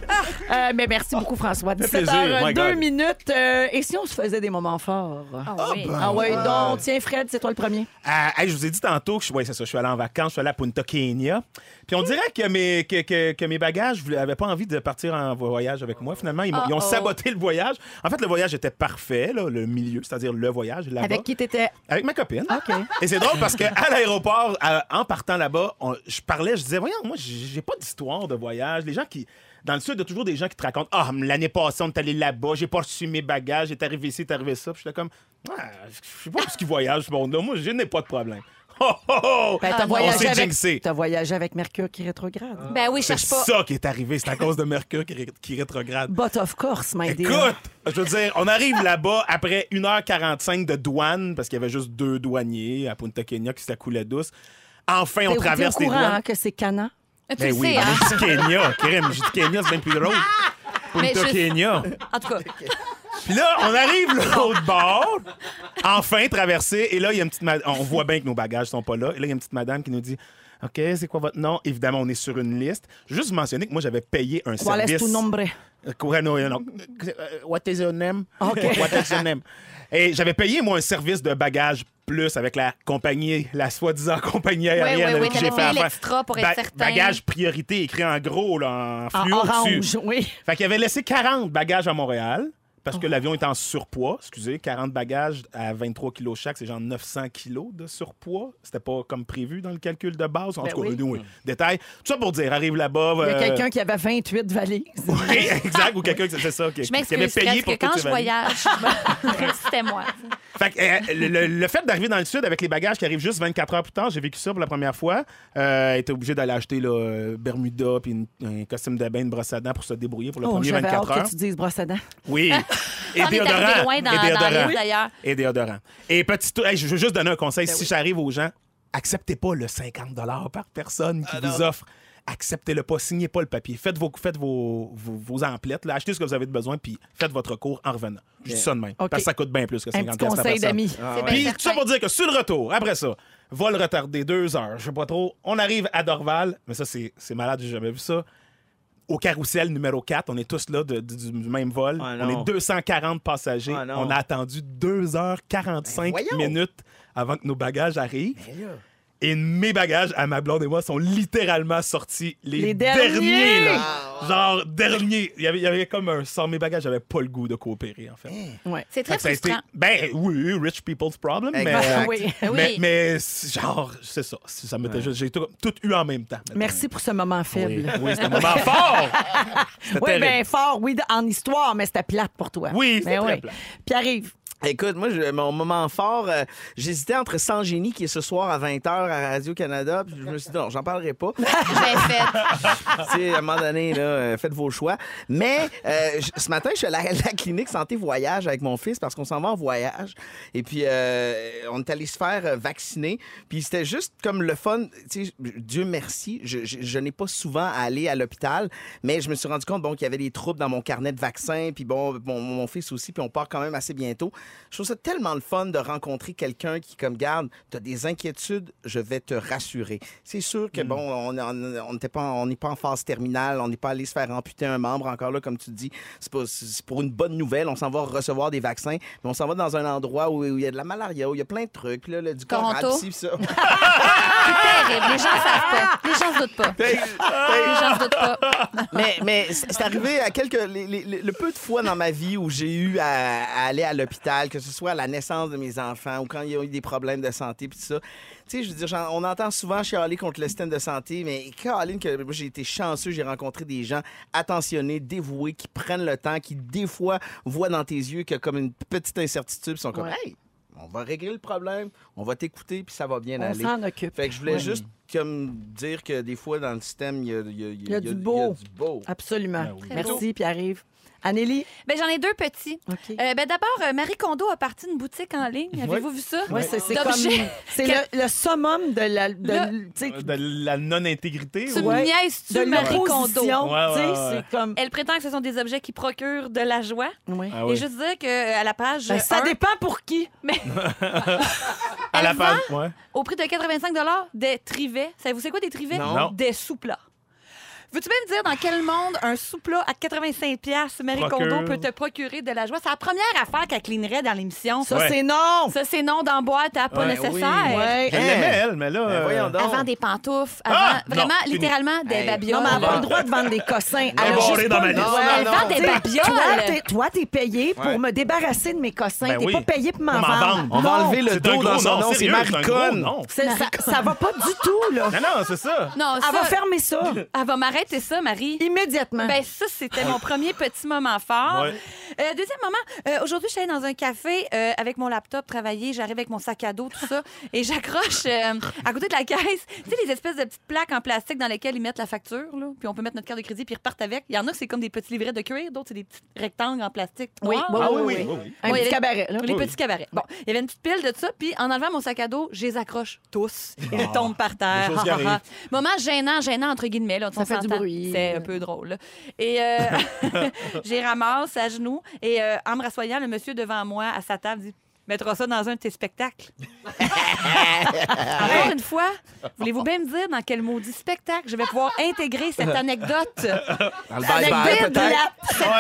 Euh, mais merci beaucoup, François.
plaisir, my
17h,
God.
2 minutes. euh, et si on se faisait des moments forts?
oui.
Ah ouais, donc, tiens, Fred, c'est toi le premier.
Ah, hey, je vous ai dit tantôt que je, ouais, c'est ça, je suis allé en vacances, je suis allé à Punta Kenya. Puis on dirait que mes, que, que- que mes bagages n'avaient pas envie de partir en voyage avec moi. Finalement, ils, m'ont- ils ont
Uh-oh.
saboté le voyage. En fait, le voyage était parfait, là, le milieu, c'est-à-dire le voyage là-bas.
Avec qui t'étais?
Avec ma copine.
Ah,
Et c'est drôle parce qu'à l'aéroport, à- en partant là-bas, on- je parlais, je disais, voyons, moi, j'ai j'ai pas d'histoire de voyage. Les gens qui. Dans le sud, il y a toujours des gens qui te racontent Ah, mais l'année passée, on est allé là-bas, j'ai pas reçu mes bagages, est arrivé ici, est arrivé ça. Puis j'étais comme Ah, Je sais pas ce qu'ils voyagent, ce monde-là. Moi, je n'ai pas de problème. Oh, oh, oh!
Ben, t'as
on
voyagé
s'est
avec-
jinxé. Ah.
t'as voyagé avec Mercure qui rétrograde.
Ben oui, je
C'est
cherche pas.
ça qui est arrivé. C'est à cause de Mercure qui, ré- qui rétrograde.
But of course, my dear.
Écoute, je veux dire, on arrive là-bas après 1h45 de douane, parce qu'il y avait juste deux douaniers à Punta Kenya qui s'accoulaient douce. Enfin,
Ben T'es-
on
t'es
traverse
au
les
courant,
douanes.
hein, que c'est Cana.
Tu le
Ben oui,
sais,
ben
hein?
moi, je dis Kenya, Krim, je dis Kenya, c'est bien plus drôle.
Mais
Punta
je-
Kenya.
En tout cas,
Puis là, on arrive l'autre bord, enfin traversé, et là, il y a une petite ma- on voit bien que nos bagages sont pas là, et là, il y a une petite madame qui nous dit OK, c'est quoi votre nom? Évidemment, on est sur une liste. Juste mentionner que moi, j'avais payé un
Cuál es
service.
tu nombre?
Euh, Corano, euh, non. Euh, What is your name? What is your name? Et j'avais payé, moi, un service de bagages plus avec la compagnie, la soi-disant compagnie aérienne
oui,
avec
oui,
qui
t'avais
j'ai fait
payé
affaire.
l'extra pour être certain.
Bagages priorité écrit en gros, là, en
En
fluo dessus.
Ah, orange, oui.
Fait qu'il avait laissé 40 bagages à Montréal. parce que
Oh.
l'avion est en surpoids. Excusez, 40 bagages à 23 kilos chaque, c'est genre 900 kilos de surpoids. C'était pas comme prévu dans le calcul de base. En
Ben
tout cas,
oui.
anyway, détail. Tout ça pour dire, arrive là-bas.
Il y a
euh,
quelqu'un qui avait 28 valises.
oui, exact, ou quelqu'un qui c'est ça, qui,
Je
qui avait
m'excuse,
payé
parce que
pour
quand
toutes
je
ces valises.
voyage, je me- c'était moi.
Fait que, euh, le, le- le fait d'arriver dans le sud avec les bagages qui arrivent juste 24 heures plus tard, j'ai vécu ça pour la première fois. Euh, était obligé d'aller acheter là, euh, Bermuda puis une- un costume de bain, une brosse à dents pour se débrouiller pour le
Oh,
premier
j'avais
24
hâte
heures.
que tu dises brosse à dents.
Oui. Et
Ah. On est arrivé
déodorant.
loin dans-
et
dans
déodorant.
l'île, d'ailleurs.
Et déodorant. Et petit tour- hey, je veux juste donner un conseil.
Ben
si
oui.
j'arrive aux gens, acceptez pas le 50 par personne qui vous offre. Acceptez-le pas, signez pas le papier. Faites vos, faites vos, vos, vos emplettes, là. achetez ce que vous avez de besoin, puis faites votre recours en revenant. Je dis ça de même.
OK.
Parce que ça coûte bien plus que
Un
50
petit conseil
par personne.
d'ami. Ah C'est ouais.
Puis
bien
tout ça pour dire que sur le retour, après ça, vol retardé, deux heures, je sais pas trop. On arrive à Dorval, mais ça, c'est c'est malade, j'ai jamais vu ça au carrousel numéro 4, on est tous là de- du, du même vol. on
Ah non.
est 240 passagers.
Ah non.
on a attendu 2h45
Ben voyons. Ben
minutes avant que nos bagages arrivent. Et mes bagages à ma blonde et moi sont littéralement sortis les,
Les derniers!
là.
Ah
Genre, derniers. Il y, avait, il y avait comme un sort. Mes bagages, j'avais pas le goût de coopérer, en fait.
Eh.
Ouais.
C'est très
Fait que ça a
frustrant.
été- ben oui, rich people's problem, mais,
Exact.
Oui.
mais,
Oui.
mais c'est- genre, c'est ça. Ça m'était juste- j'ai tout, tout eu en même temps.
Merci pour ce moment
Oui,
faible.
oui, c'est un moment fort! C'était
Oui,
terrible.
bien fort, oui, en histoire, mais c'était plate pour toi. Ben
Oui,
mais
c'était très
oui.
plate.
Puis arrive.
Écoute, moi, je- mon moment fort, euh, j'hésitais entre Sans Génie, qui est ce soir à 20h à Radio-Canada, puis je me suis dit, non, j'en parlerai pas.
Bien fait.
tu sais, à un moment donné, là, euh, faites vos choix. Mais euh, j- ce matin, je suis à la, la clinique santé voyage avec mon fils parce qu'on s'en va en voyage. Et puis, euh, on est allé se faire euh, vacciner. Puis c'était juste comme le fun. Tu sais, Dieu merci, je, je- je n'ai pas souvent à aller à l'hôpital, mais je me suis rendu compte bon, qu'il y avait des troubles dans mon carnet de vaccins. Puis bon, mon, mon fils aussi. Puis on part quand même assez bientôt. Je trouve ça tellement le fun de rencontrer quelqu'un qui, comme garde, t'as des inquiétudes, je vais te rassurer. C'est sûr que, bon, on on- on n'était pas en- on n'est pas en phase terminale, on n'est pas allé se faire amputer un membre, encore là, comme tu dis. C'est pas- c'est pour une bonne nouvelle, on s'en va recevoir des vaccins, mais on s'en va dans un endroit où où il y a de la malaria, où il y a plein de trucs, là, le- du
Toronto.
coral, pis ci, pis ça.
C'est terrible. Les gens savent pas. Les gens se doutent pas. Les gens se doutent pas.
mais mais c'est c'est arrivé à quelques les- les- les- le peu de fois dans ma vie où j'ai eu à, à aller à l'hôpital, que ce soit à la naissance de mes enfants ou quand ils ont eu des problèmes de santé puis tout ça. Tu sais, je veux dire, j'en- on entend souvent chialer contre le système de santé, mais Caroline, que moi, j'ai été chanceux, j'ai rencontré des gens attentionnés, dévoués, qui prennent le temps, qui des fois voient dans tes yeux que comme une petite incertitude, ils sont comme,
Ouais.
hey, on va régler le problème, on va t'écouter puis ça va bien
On
aller.
s'en occupe.
Fait que je voulais
Ouais.
juste comme dire que des fois dans le système il y a, il y a- il
Il y a du beau. Euh,
du beau.
Absolument.
Ben oui.
Merci, puis arrive. Annélie,
Ben, j'en ai deux petits.
OK.
Euh, ben, D'abord, euh, Marie Kondo a parti une boutique en ligne. Avez-vous vu ça?
Ouais, c'est c'est comme.
D'objets.
C'est le, le summum de la. De,
Le-
tu sais,
Euh, de la non-intégrité.
Tu
ou-
Ouais.
me niaises-tu,
de
Marie
l'opposition,
Kondo?
Ouais,
tu sais,
ouais, ouais.
C'est comme.
Elle prétend que ce sont des objets qui procurent de la joie.
Oui.
Ah oui.
Et juste dire qu'à la page.
Ben, ça
un,
dépend pour qui.
à la
elle
page. Ouais.
au prix de 85 des trivets. Savez-vous c'est quoi des trivets?
Non.
Non.
Des sous-plats. Veux-tu même dire dans quel monde un sous-plat à 85 Marie
Procure.
Kondo peut te procurer de la joie? C'est la première affaire qu'elle clinerait dans l'émission.
Ça,
Ouais.
c'est non.
Ça, c'est non dans boîte à pas
Ouais,
nécessaire.
Ouais. hein.
Je l'aimais, elle, mais là.
Ben, voyons
euh,
donc.
Avant des pantoufles, avant
Ah! Non,
vraiment,
fini.
littéralement, des
Hey.
babioles.
Non, mais elle a pas
Bon.
le droit de vendre des cossins. Elle a
Débarré
juste
dans
pas
ma
le
liste.
droit.
Elle vend
des
Tu sais,
babioles.
toi, t'es- Toi, t'es payé pour
Ouais.
me débarrasser de mes cossins.
Ben
t'es
oui.
pas payé pour m'en
Pour m'en
vendre.
vendre.
On va
Non.
enlever le
C'est un
dos
gros
dans son
non,
nom, c'est
sérieux, c'est un gros
mariconne.
non.
C'est- Ça, ça va pas du tout, là.
Non, non, c'est ça.
Non, ça,
Elle va fermer ça
elle va m'arrêter ça, Marie.
immédiatement.
Ben ça, c'était mon premier petit moment fort.
Ouais.
Euh, deuxième moment, euh, aujourd'hui, je suis allée dans un café euh, avec mon laptop, travailler, j'arrive avec mon sac à dos, tout ça, et j'accroche euh, à côté de la caisse, tu sais, les espèces de petites plaques en plastique dans lesquelles ils mettent la facture, là, puis on peut mettre notre carte de crédit, puis ils repartent avec. Il y en a que c'est comme des petits livrets de cuir, d'autres, c'est des petits rectangles en plastique.
oui,
noir.
oui, oui,
Ah oui,
oui.
oui, oui.
Un
Oui,
petit
les-
cabaret, là.
Les petits cabarets. Bon, il y avait une petite pile de ça, puis en enlevant mon sac à dos, je les accroche tous. Ils tombent par terre.
Ah. des choses qui
Ha, ha, ha.
arrivent.
Moment gênant, gênant entre guillemets. Là, on
Ça fait du
s'entend.
bruit.
C'est un peu drôle. là. Et euh, j'ai ramasse à genoux et euh, en me rassoyant, le monsieur devant moi à sa table dit
mettra ça dans un de tes spectacles. Encore une fois, voulez-vous bien me dire dans quel maudit spectacle je vais pouvoir intégrer cette anecdote?
Dans le
Avec
bye-bye,
Bill,
peut-être.
la-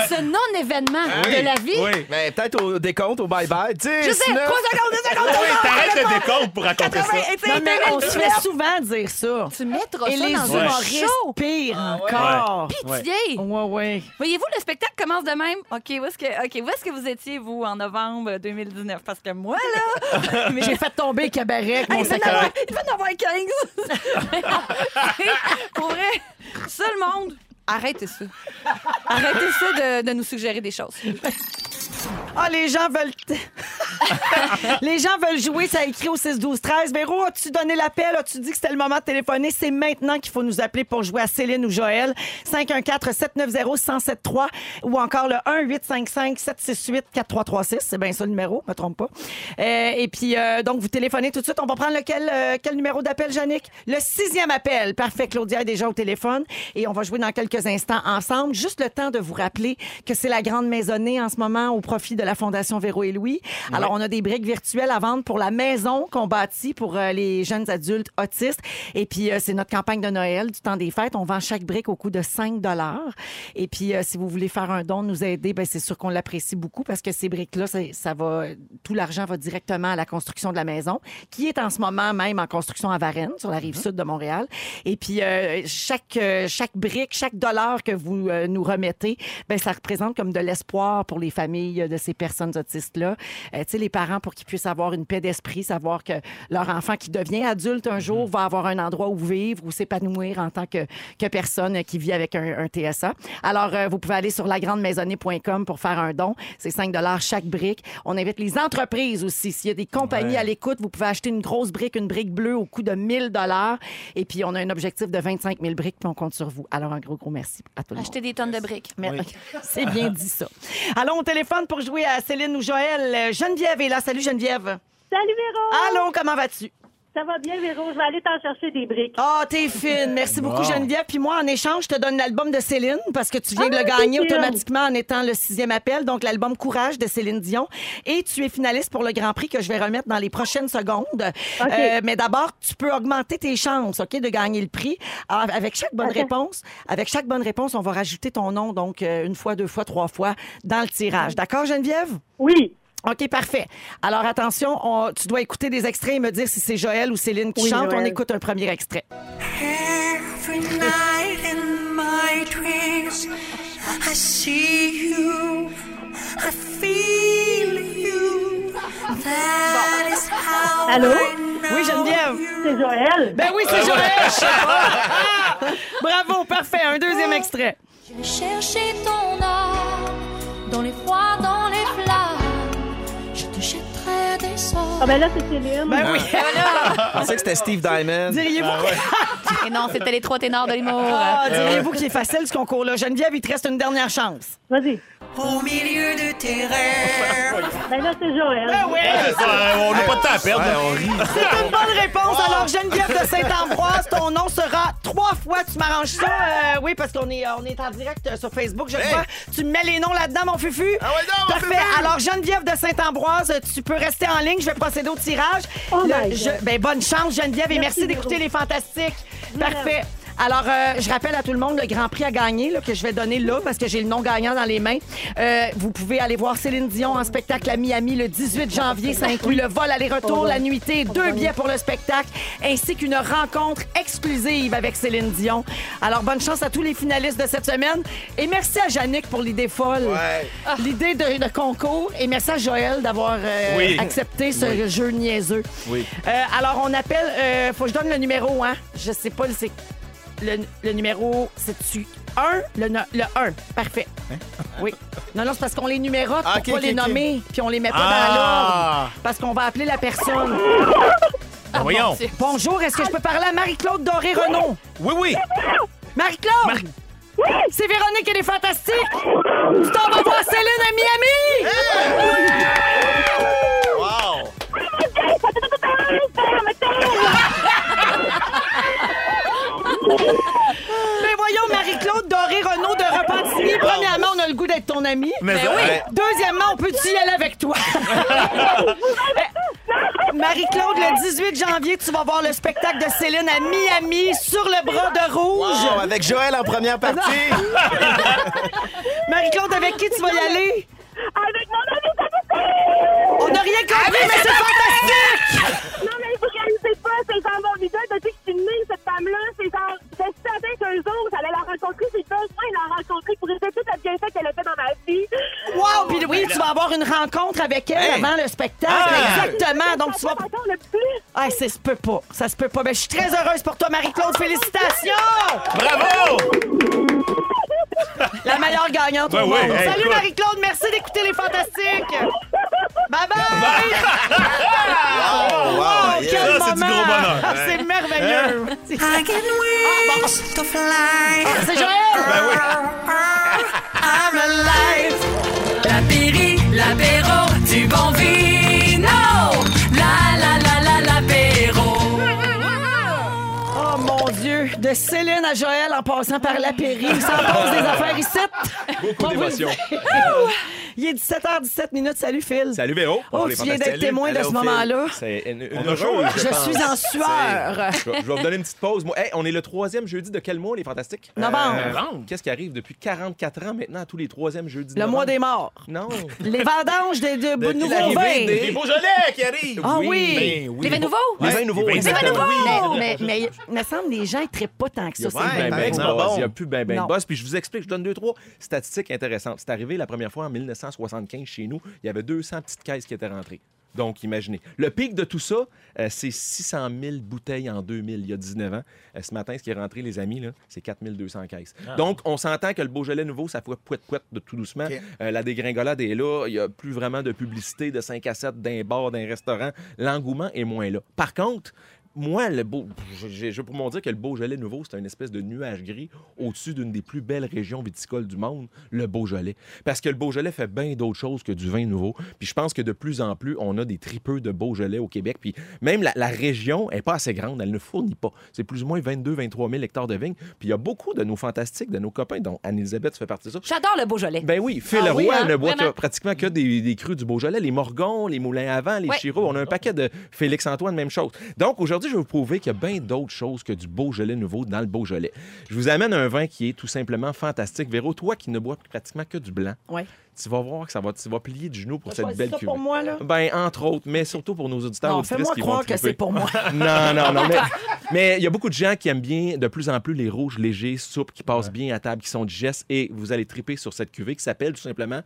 cette- ce non-événement
Ah
de la vie.
Mais Ben, peut-être au décompte, au bye-bye. 10,
Je sais,
9,
trois ah secondes, deux
Ah
secondes, deux secondes.
décompte pour raconter
Non, mais on se fait souvent dire ça.
Tu mettras
Et
ça
les
dans un
humoristes
show. Ah
pire
ouais.
encore.
Pitié.
Ouais, ouais.
Voyez-vous, le spectacle commence de même. OK, où est-ce que, ok, où est-ce que vous étiez, vous, en novembre 2019? Parce que moi, là...
J'ai fait tomber le cabaret avec mon
Hey,
sac
il
à
va
main.
en avoir 15! Pour vrai, ça, le monde, arrêtez ça. Arrêtez ça de, de nous suggérer des choses.
Ah, les gens veulent. les gens veulent jouer, ça écrit au 6-12-13. Véro, as-tu donné l'appel? As-tu dit que c'était le moment de téléphoner? C'est maintenant qu'il faut nous appeler pour jouer à Céline ou Joël. 514-790-1073 ou encore le 1-855-768-4336. C'est bien ça le numéro, me trompe pas. Euh, et puis, euh, donc, vous téléphonez tout de suite. On va prendre lequel, euh, quel numéro d'appel, Jannick? Le sixième appel. Parfait, Claudia est déjà au téléphone. Et on va jouer dans quelques instants ensemble. Juste le temps de vous rappeler que c'est la grande maisonnée en ce moment au profit de la Fondation Véro et Louis. Alors, on a des briques virtuelles à vendre pour la maison qu'on bâtit pour euh, les jeunes adultes autistes. Et puis, euh, c'est notre campagne de Noël du temps des fêtes. On vend chaque brique au coût de 5 Et puis, euh, si vous voulez faire un don, nous aider, ben, c'est sûr qu'on l'apprécie beaucoup parce que ces briques-là, ça, ça va, tout l'argent va directement à la construction de la maison, qui est en ce moment même en construction à Varennes, sur la rive sud de Montréal. Et puis, euh, chaque, euh, chaque brique, chaque dollar que vous euh, nous remettez, ben, ça représente comme de l'espoir pour les familles de ces personnes autistes-là. Euh, tu sais, les parents, pour qu'ils puissent avoir une paix d'esprit, savoir que leur enfant qui devient adulte un jour va avoir un endroit où vivre, où s'épanouir en tant que, que personne euh, qui vit avec un, un TSA. Alors, euh, vous pouvez aller sur lagrandemaisonnée.com pour faire un don. C'est 5 chaque brique. On invite les entreprises aussi. S'il y a des compagnies
Ouais.
à l'écoute, vous pouvez acheter une grosse brique, une brique bleue au coût de 1000 Et puis, on a un objectif de 25 000 briques, puis on compte sur vous. Alors, un gros, gros merci à tout le monde.
Achetez des tonnes de briques.
Mais- C'est bien dit ça. Allons au téléphone pour jouer à Céline ou Joël. Euh, Geneviève est là. Salut Geneviève.
Salut Véro!
Allô, comment vas-tu?
Ça va bien, Véro. Je vais aller t'en chercher des briques.
Ah, t'es fine. Merci
Bon.
beaucoup, Geneviève. Puis moi, en échange, je te donne l'album de Céline parce que tu viens de
Ah,
le gagner
c'est bien.
automatiquement en étant le sixième appel. Donc, l'album Courage de Céline Dion. Et tu es finaliste pour le Grand Prix que je vais remettre dans les prochaines secondes. Euh, mais d'abord, tu peux augmenter tes chances, OK, de gagner le prix. Ah, Avec chaque bonne réponse, avec chaque bonne réponse, on va rajouter ton nom, donc euh, une fois, deux fois, trois fois dans le tirage. D'accord, Geneviève?
Oui.
OK, parfait. Alors attention, on- tu dois écouter des extraits et me dire si c'est Joël ou Céline qui
Oui,
chante. On
Joël.
écoute un premier extrait.
Every night in my dreams, I see you, I feel you. That is how
Allô?
I know
Oui, Geneviève.
C'est Joël.
Ah. Ben oui, c'est Joël. Bravo, parfait. Un deuxième extrait.
Je cherchais ton âme dans les froids, dans les flammes. Je te jetterai des sorts.
Ah ben là, c'est Céline.
Ben
Ah.
oui. Je pensais que c'était Steve Diamond.
Diriez-vous
Ah, ouais.
Et non, c'était les trois ténors de l'humour. Euh,
Ah, diriez-vous qu'il est facile ce concours-là. Geneviève, il te reste une dernière chance.
Vas-y.
Au milieu de tes rêves.
Ben là, c'est Joël.
Ben oui.
Euh, on n'a pas de temps à perdre.
C'est une bonne réponse.
Ah.
Alors, Geneviève de Saint-Ambroise, ton nom sera trois fois. Tu m'arranges ça?
Ah.
Euh, oui, parce qu'on est, euh, on est en direct euh, sur Facebook. Je le vois. Tu mets les noms là-dedans, mon fufu.
Ah ouais, non, mon
Parfait.
fufu.
Alors, Geneviève de Saint-Ambroise, euh, tu peux rester en ligne. Je vais procéder au tirage.
Oh
Le-
my God.
je- ben, bonne chance, Geneviève, et merci
Merci,
d'écouter
Véro.
les fantastiques.
Vraiment.
Parfait. Alors, euh, je rappelle à tout le monde le grand prix à gagner là, que je vais donner là parce que j'ai le nom gagnant dans les mains. Euh, vous pouvez aller voir Céline Dion en spectacle à Miami le 18 janvier. Ça inclut le vol aller-retour, la nuitée, deux billets pour le spectacle ainsi qu'une rencontre exclusive avec Céline Dion. Alors, bonne chance à tous les finalistes de cette semaine et merci à Yannick pour l'idée folle, l'idée de, de concours et merci à Joël d'avoir euh,
Oui.
accepté ce
Oui.
jeu niaiseux.
Oui.
Euh, alors, on appelle. euh, faut que je donne le numéro, hein? Je sais pas, le- c'est. Le, le numéro, c'est-tu 1? Le, no- le 1. Parfait. Oui. Non, non, c'est parce qu'on les numérote pour
Hein? Ah, ok,
pas
ok,
les
ok.
nommer, puis on les met pas
Ah.
dans l'ordre. Parce qu'on va appeler la personne.
Ah, voyons.
bon, Bonjour, est-ce que je peux parler à Marie-Claude Doré-Renaud?
Oui, oui.
Ah,
Marie-Claude! Oui! C'est Véronique, elle est fantastique! Tu t'en vas voir Céline à Miami!
Wow.
Mais voyons, Marie-Claude Doré-Renaud de Repentigny. Premièrement, on a le goût d'être ton ami.
Mais Ben oui. ouais.
Deuxièmement, on peut y aller avec toi. Eh, Marie-Claude, le 18 janvier, tu vas voir le spectacle de Céline à Miami sur le bras de rouge.
Wow, Oh, avec Joël en première partie.
Marie-Claude, avec qui tu vas y aller?
Ah,
Avec mon ami On n'a rien
Ah,
compris, mais c'est fantastique!
Non, mais vous réalisez pas, c'est genre mon idole depuis que je suis née, cette femme-là. C'est genre, c'est certain qu'un jour, j'allais la rencontrer, j'ai besoin de la rencontrer pour éviter toute la bienfaite qu'elle a fait dans ma vie.
Wow! Puis oui, tu vas avoir une rencontre avec elle
Hey.
avant le spectacle.
Ah!
Exactement. Donc, tu vas. Ah, ça se peut pas. Ça se peut pas. Mais je suis très heureuse pour toi, Marie-Claude. Félicitations!
Bravo!
La meilleure gagnante
Ben
au
oui,
monde.
hey,
Salut,
écoute.
Marie-Claude. Merci d'écouter les Fantastiques. Bye bye!
Wow, wow, yes.
quel
Ça, c'est du
moment.
gros bonheur.
Ah, C'est
Ouais.
merveilleux.
Hein?
C'est-
I can wings to fly.
Ah, c'est Joël!
Ben oui. I'm alive. La Péri, l'apéro, du bon vino. La la la la l'apéro.
Oh mon Dieu, de Céline à Joël en passant par la Périe, il s'en passe des affaires ici.
Beaucoup
On vous le
d'émotions.
dit. il est 17h17 minutes. Salut Phil.
Salut Véro.
Oh, tu viens d'être témoin de ce moment-là.
C'est une, une
On a
heureuse,
chaud, hein?
je,
Je
pense.
suis en sueur.
C'est- Je, vais- je vais vous donner une petite pause. Moi, Hey, on est le troisième jeudi de quel mois, les Fantastiques?
Novembre.
Qu'est-ce qui arrive depuis 44 ans maintenant à tous les troisièmes jeudis de
Le mois des morts.
Non.
Les vendanges des de,
De-
nouveaux
l'arrivée
vins.
des- des Beaujolais
qui arrivent.
Ah oui.
Ben oui.
Les vins nouveaux?
Les vins nouveaux,
Les vins
exactement.
nouveaux.
Oui.
Mais, mais, mais il me semble que les gens ne trippent pas tant que
Il y
ça.
a
c'est
plus ben,
vrai.
ben de
Non.
boss, il y a plus ben ben de
Non.
boss. Puis je vous explique, je donne deux, trois statistiques intéressantes. C'est arrivé la première fois en 1975 chez nous. Il y avait 200 petites caisses qui étaient rentrées. Donc, imaginez. Le pic de tout ça, euh, c'est 600 000 bouteilles en 2000, il y a 19 ans. Euh, ce matin, ce qui est rentré, les amis, là, c'est 4200 caisses.
Ah.
Donc, on s'entend que le Beaujolais nouveau, ça fait pouet-pouet de tout doucement. Euh, la dégringolade est là. Il n'y a plus vraiment de publicité de 5 à 7 d'un bar, d'un restaurant. L'engouement est moins là. Par contre, moi, le beau, je, je- je peux m'en dire que le Beaujolais nouveau, c'est une espèce de nuage gris au-dessus d'une des plus belles régions viticoles du monde, le Beaujolais. Parce que le Beaujolais fait bien d'autres choses que du vin nouveau. Puis je pense que de plus en plus, on a des tripeux de Beaujolais au Québec. Puis même la, la région n'est pas assez grande, elle ne fournit pas. C'est plus ou moins 22-23 000 hectares de vignes. Puis il y a beaucoup de nos fantastiques, de nos copains, dont Anne-Elisabeth fait partie de ça.
J'adore le Beaujolais.
Ben oui, Phil
Ah
Roy
oui, hein,
ne boit que-
vraiment.
pratiquement que des, des crus du Beaujolais, les Morgons, les Moulins à vent, les
Ouais.
Chirots. On a un paquet de Félix-Antoine, même chose. Donc aujourd'hui, je vais vous prouver qu'il y a bien d'autres choses que du Beaujolais nouveau dans le Beaujolais. Je vous amène un vin qui est tout simplement fantastique. Véro, toi qui ne bois pratiquement que du blanc,
Ouais.
tu vas voir que ça va, tu vas plier du genou pour
T'as
cette
choisi
belle
ça
cuvée.
pour moi, là?
Ben, entre autres, mais surtout pour nos auditeurs
Non,
auditrices
fais-moi
qui
croire
vont
que
triper.
c'est pour moi.
Non, non, non. Mais mais il y a beaucoup de gens qui aiment bien de plus en plus les rouges légers, souples, qui passent bien à table, qui sont digestes. Et vous allez triper sur cette cuvée qui s'appelle tout simplement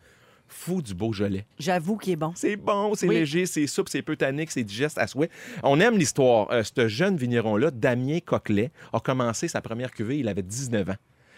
Fou du Beaujolais.
J'avoue qu'il est bon.
C'est bon, c'est
Oui.
léger, c'est souple, c'est peu tannique, c'est digeste à souhait. On aime l'histoire. Euh, ce jeune vigneron-là, Damien Coquelet, a commencé sa première cuvée, il avait 19 ans.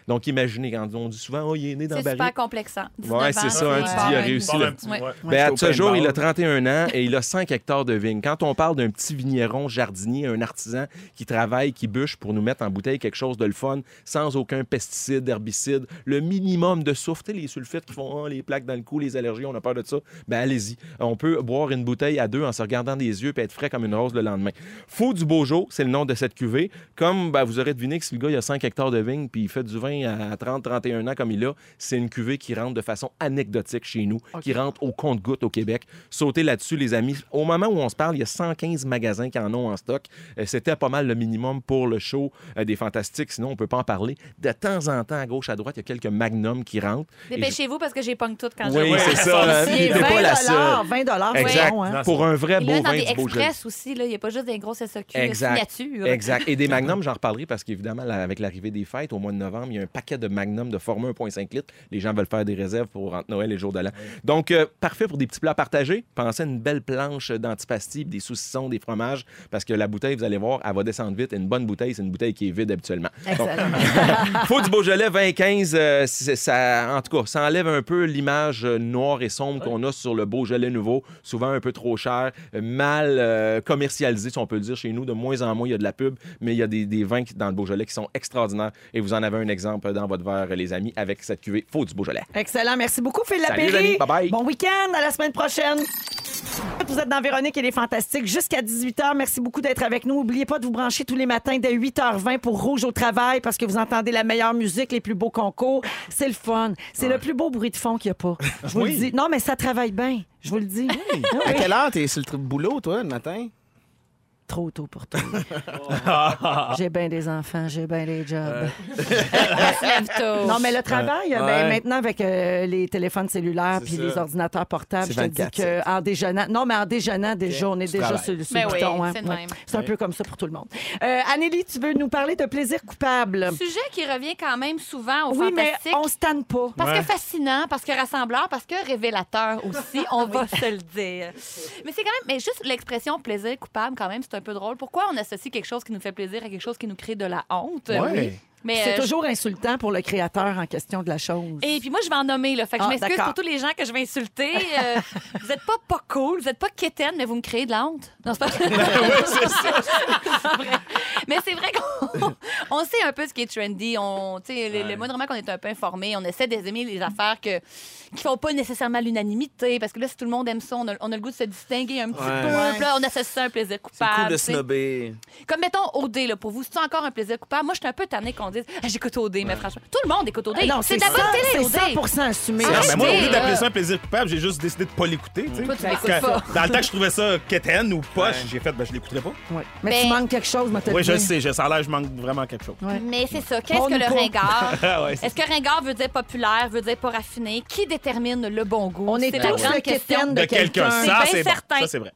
Donc imaginez, quand on dit souvent, oh, il est né dans
C'est
Barry.
super complexant. 19
Ouais,
ans,
c'est ça, hein, tu dis, il a
Ouais.
réussi.
Ouais.
le-
Ouais.
Ben, à ce jour, il a 31 ans et il a 5 hectares de vignes. Quand on parle d'un petit vigneron, jardinier, un artisan qui travaille, qui bûche pour nous mettre en bouteille quelque chose de le fun, sans aucun pesticide, herbicide, le minimum de soufre, tu sais, les sulfites qui font ah, les plaques dans le cou, les allergies, on a peur de ça, ben allez-y. On peut boire une bouteille à deux en se regardant des yeux et être frais comme une rose le lendemain. Faux du Beaujolais, c'est le nom de cette cuvée. Comme ben, vous aurez deviné que si le gars il a 5 hectares de vignes puis il fait du vin à 30-31 ans comme il a, c'est une cuvée qui rentre de façon anecdotique chez nous, qui rentre au compte-goutte au Québec. Sautez là-dessus, les amis. Au moment où on se parle, il y a 115 magasins qui en ont en stock. Euh, C'était pas mal le minimum pour le show euh, des Fantastiques, sinon on peut pas en parler. De temps en temps, à gauche, à droite, il y a quelques magnums qui rentrent. Et je-
Dépêchez-vous parce que j'ai pogne tout quand
oui,
je
c'est ça. hein. Puis t'es pas la seule.
20 dollars,
Exact.
voyons, hein.
Pour un vrai
Il
beau
est dans
vin
des
du Beaujolais.
express aussi, là. Il n'y a pas juste des grosses SAQ,
Exact.
signatures.
Exact. Et des magnums, j'en reparlerai parce qu'évidemment, là, avec l'arrivée des fêtes au mois de novembre, il y a un paquet de magnums de format 1,5 litres. Les gens veulent faire des réserves pour entre Noël et jour de l'an. Donc, euh, parfait pour des petits plats partagés. Pensez à une belle planche d'antipasti, des saucissons, des fromages, parce que la bouteille, vous allez voir, elle va descendre vite. Et une bonne bouteille, c'est une bouteille qui est vide habituellement. Donc, faut du Beaujolais 2015, euh, c'est- ça, en tout cas, ça enlève un peu l'image euh, noire et sombre qu'on a sur le Beaujolais nouveau, souvent un peu trop cher, euh, mal euh, commercialisé, si on peut le dire chez nous. De moins en moins, il y a de la pub, mais il y a des, des vins qui- dans le Beaujolais qui sont extraordinaires. Et vous en avez un exemple dans votre verre, les amis, avec cette cuvée Faux du Beaujolais.
Excellent. Merci beaucoup, Phil
Salut, les
Lapéry.
amis. Bye-bye.
Bon week-end. À la semaine prochaine. minutes. Vous êtes dans Véronique et les Fantastiques jusqu'à 18h. Merci beaucoup d'être avec nous. N'oubliez pas de vous brancher tous les matins dès 8h20 pour Rouge au travail parce que vous entendez la meilleure musique, les plus beaux concours. C'est le fun. C'est le plus beau bruit de fond qu'il n'y a pas. Je vous
Oui.
le dis. Non, mais ça travaille bien. Je vous le dis.
À quelle heure t'es sur le trou de boulot, toi, le matin?
Trop tôt pour toi. J'ai bien des enfants, j'ai bien des jobs.
tôt.
Non, mais le travail,
Ouais.
ben,
Ouais.
maintenant, avec euh, les téléphones cellulaires puis
ça.
les ordinateurs portables,
C'est
je te dis
24/7.
qu'en déjeunant, non, mais en déjeunant, déjà, on est
Tu
déjà
travailles.
sur, le- sur
Ben
le
oui,
bouton. hein.
c'est le
Ouais.
même.
C'est un peu comme ça pour tout le monde. Euh, Anélie, tu veux nous parler de plaisir coupable?
Sujet qui revient quand même souvent au
Oui, mais
fantastique. Euh,
on se tanne pas.
Parce
Ouais.
que fascinant, parce que rassembleur, parce que révélateur aussi, on va se le dire. Mais c'est quand même, mais juste l'expression plaisir coupable, quand même, c'est un peu drôle. Pourquoi on associe quelque chose qui nous fait plaisir à quelque chose qui nous crée de la honte?
Ouais.
Oui. Mais
C'est
euh,
toujours insultant pour le créateur en question de la chose.
Et puis moi, je vais en nommer, là. Fait que
Ah,
je m'excuse
d'accord.
pour tous les gens que je vais insulter. Euh, vous êtes pas pas cool, vous êtes pas quétaine, mais vous me créez de la honte. Non, c'est pas Vrai. Mais c'est vrai qu'on on sait un peu ce qui est trendy. On, tu sais, le, le moindre moment qu'on est un peu informé, on essaie d'aimer les affaires que, qui font pas nécessairement l'unanimité. Parce que là, si tout le monde aime ça, on a, on a le goût de se distinguer un petit
Ouais.
peu.
Ouais.
Puis là, on associe ça à un plaisir coupable.
Coup de
tu sais.
snobber.
Comme mettons OD, là, pour vous, c'est encore un plaisir coupable. Moi, je suis un peu tannée qu'on dise Ah, j'écoute OD, mais franchement, tout le monde écoute OD.
Ah non,
c'est de
c'est
la bonne
ça,
télé, Ah
c'est
OD.
100% assumé.
Non, mais moi, au lieu
Arrêtez,
d'appeler
là.
ça un plaisir coupable, j'ai juste décidé de pas l'écouter. tu sais.
Toi, tu
Parce
l'écoutes
que
pas.
Dans le temps que je trouvais ça quétaine ou poche, j'ai fait, ben, je l'écouterai pas.
Mais tu
Ben-
manques quelque chose, moi, te
Oui,
le
je
dis.
sais, je- ça a l'air, je manque vraiment quelque chose.
Mais c'est ça. Qu'est-ce
On
que
nous
le
pas.
ringard?
Ah ouais, c'est
Est-ce que ringard veut dire populaire, veut dire pas raffiné? Qui détermine le bon goût?
On est tous
C'est la grande
le
question.
quétaine de De quelqu'un. quelqu'un.
Ça,
C'est bien
c'est bon.
certain.
Ça, c'est vrai.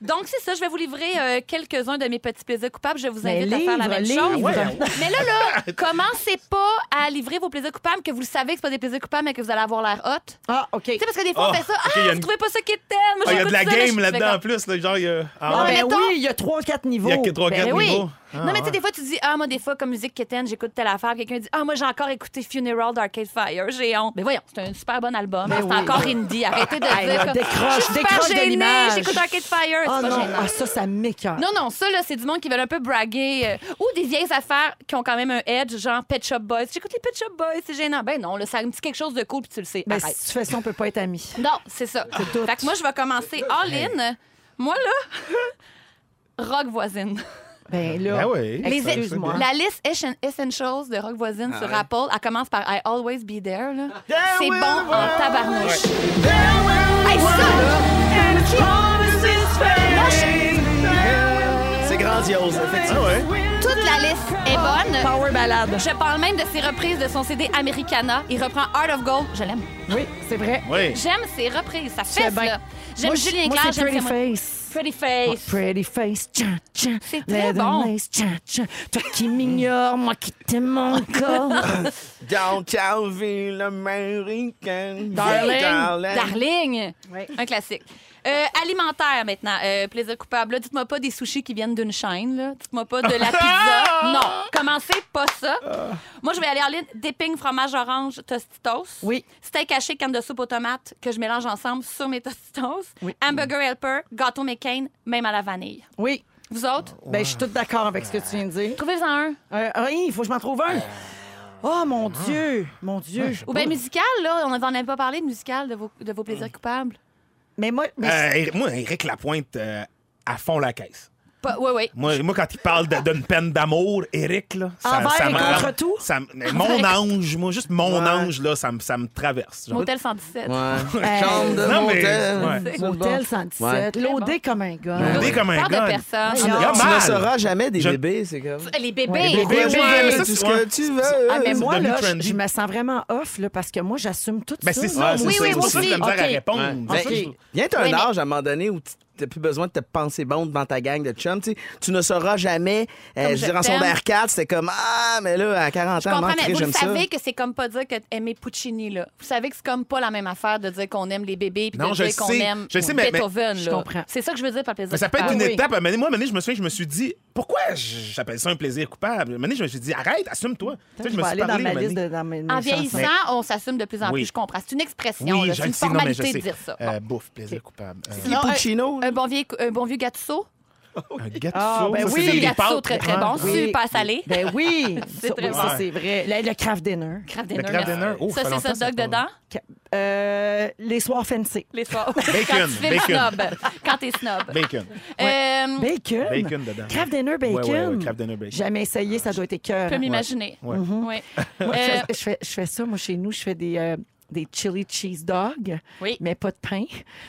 Donc, c'est ça. Je vais vous livrer euh, quelques-uns de mes petits plaisirs coupables. Je vous
Mais
invite à Ben, faire la
livre,
même
livre.
chose.
Ah ouais, ouais.
Mais là, là, commencez pas à livrer vos plaisirs coupables que vous le savez que c'est pas des plaisirs coupables, mais que vous allez avoir l'air hot.
Ah, OK. Tu
sais, parce que des fois, on
Ah,
fait ça.
OK,
ah,
il y a
vous
une-
trouvez pas ça qui
Ah, Il y a de la game là-dedans en plus. là, genre, il y a- Ah,
Ah,
ouais.
ben oui, il y a 3-4 niveaux.
Il y a que trois,
Ben
quatre
oui.
niveaux. Ah,
non, mais tu sais,
ouais.
des fois, tu dis, ah, moi, des fois, comme musique quétaine, j'écoute telle affaire. Quelqu'un dit, ah, moi, j'ai encore écouté Funeral d'Arcade Fire. J'ai honte. Mais voyons, c'est un super bon album.
Ben
c'est
oui.
encore indie. Arrêtez de
Hey,
dire.
là,
comme,
décroche,
je suis super
décroche de
gênée,
l'image.
J'écoute Arcade Fire.
Ah
c'est pas
non,
gênant.
ah, ça, ça m'écoeure.
Non, non, ça, là, c'est du monde qui veulent un peu braguer. euh, ou des vieilles affaires qui ont quand même un edge, genre Pet Shop Boys. J'écoute les Pet Shop Boys, c'est gênant. Ben non, là, ça a un petit quelque chose de cool, puis tu le sais.
Ben,
Arrête.
si tu fais ça, on peut pas être amis.
Non, c'est ça. Fait que moi, je vais commencer all-in. Moi, là, rock voisine.
Ah.
Ben là,
Ben oui.
Les-
excuse-moi.
La liste Essen- Essentials de Rock Voisine
Ah
sur
ouais.
Apple, elle commence par I Always Be There. là. C'est bon en tabarnouche. Hey, ça, là! Là, je-
C'est grandiose, effectivement.
Toute la liste est bonne.
Power ballade.
Je parle même de ses reprises de son CD Americana. Il reprend Art of Gold. Je l'aime.
Oui, c'est vrai.
J'aime ses reprises. Ça
C'est
fait
bien.
là. J'aime
Moi, je-
Julien
moi,
Clerc.
c'est
j'aime
Pretty Oh,
Simon- Pretty Face.
Pretty face, tchan, tchan. C'est
très bon.
tchan, tchan. Toi qui m'ignores, moi qui t'aime encore.
Downtownville American.
Darling. Darling. Un classique. Euh, alimentaire maintenant, Euh, plaisir coupable. Là, Dites-moi pas des sushis qui viennent d'une chaîne. là. Dites-moi pas de la pizza. non, commencez pas ça. Moi, je vais aller en ligne dipping, fromage orange, tostitos.
Oui.
Steak haché, canne de soupe aux tomates que je mélange ensemble sur mes tostitos. Hamburger helper, gâteau McCain, même à la vanille.
Oui.
Vous autres?
Ben, je suis toute d'accord avec ce que tu viens de dire.
Trouvez-en un.
Ah, oui, il faut que je m'en trouve un.
Euh.
Oh mon Dieu, mon Dieu.
Ou bien musical, là, on n'en avait pas parlé de musical, de vos, de vos plaisirs coupables.
Mais moi,
Euh, Éric- moi, Éric Lapointe, euh, à fond la caisse.
Oui, oui.
Moi, moi, quand il parle de- d'une peine d'amour, Eric, là,
Envers et
me
contre
rend-
tout?
ça me- mais
Envers
mon
et-
ange, moi, juste mon ange, là, ça me, ça me traverse. Genre-
Motel 117.
Ouais. Chambre de motel.
C'est
Motel
bon.
117.
Ouais.
L'OD comme un gars.
Ouais. L'OD comme un
Peur de
gars.
personne.
Tu
Ah,
regardes
Tu ne
mal.
sauras jamais des
Je-
bébés, c'est comme.
Les bébés.
Les bébés, mais tu- ce que tu veux.
Ah, mais
C'est
moi,
devenu
là, je-
trendy.
je me sens vraiment off là, parce que moi, j'assume tout
Ben,
ça.
c'est ça,
là.
c'est ça, c'est ça, j'ai de la misère à
Ok.
répondre. Ben, Il y a
Ouais,
un
mais-
âge à un moment donné où tu n'as plus besoin de te penser bon devant ta gang de chums. Tu, sais, tu ne sauras jamais. Euh,
Comme
je veux
je
dire, en
t'aime.
secondaire 4, c'était comme Ah, mais là, à 40
Je
ans,
comprends,
man,
mais
Chris,
vous le
j'aime ça.
savez que c'est comme pas dire que aimer Puccini, là. Vous savez que c'est comme pas la même affaire de dire qu'on aime les bébés puis
Non,
de
je
dire qu'on
sais.
aime
Je sais, mais- mais-
Beethoven,
Je
là.
comprends.
C'est ça que je veux dire par plaisir.
Mais ça peut être
coupable.
une étape. À un moment donné, moi, à un moment donné, je me souviens, je me suis dit, pourquoi j- j'appelle ça un plaisir coupable? À un moment donné, je me suis dit, arrête, assume-toi. Tu sais,
Je
me
vais
suis
aller dans
parlé,
ma
un moment
liste
donné.
de, dans mes, mes
En
chansons.
vieillissant, on s'assume de plus en plus.
Oui.
Je comprends. C'est une expression,
Oui,
là.
je
c'est
le
une
sais, non, mais
formalité
je sais.
de dire ça.
Euh, bouffe, plaisir coupable. Euh,
Sinon, un- un, bon vieux, un bon vieux Gattuso.
Un gâteau.
Ah, ben
ça,
oui,
c'est des
gâteau
pâtes,
très,
hein?
très bon.
Oui.
Super salé.
Ben oui,
C'est
Ça,
très
oui,
bon.
ça, c'est vrai. Le, le craft dinner.
Craft
dinner, Le craft merci. dinner. Oh, ça fait
Saucisse hot
longtemps,
dog dedans.
Euh, les soirs fancy.
Les soirs.
Bacon,
Quand tu fais le
bacon.
snob. Quand t'es snob.
Bacon.
Euh,
Bacon.
Bacon dedans.
Craft dinner
Ouais,
bacon.
ouais, ouais, craft dinner bacon.
Jamais essayé, ça doit être cœur.
Je peux m'imaginer.
Ouais.
Mhm.
Ouais.
Moi,
Euh,
je, fais, je fais- je fais ça, moi, chez nous, je fais des, euh, des chili cheese dogs,
Oui.
mais pas de pain.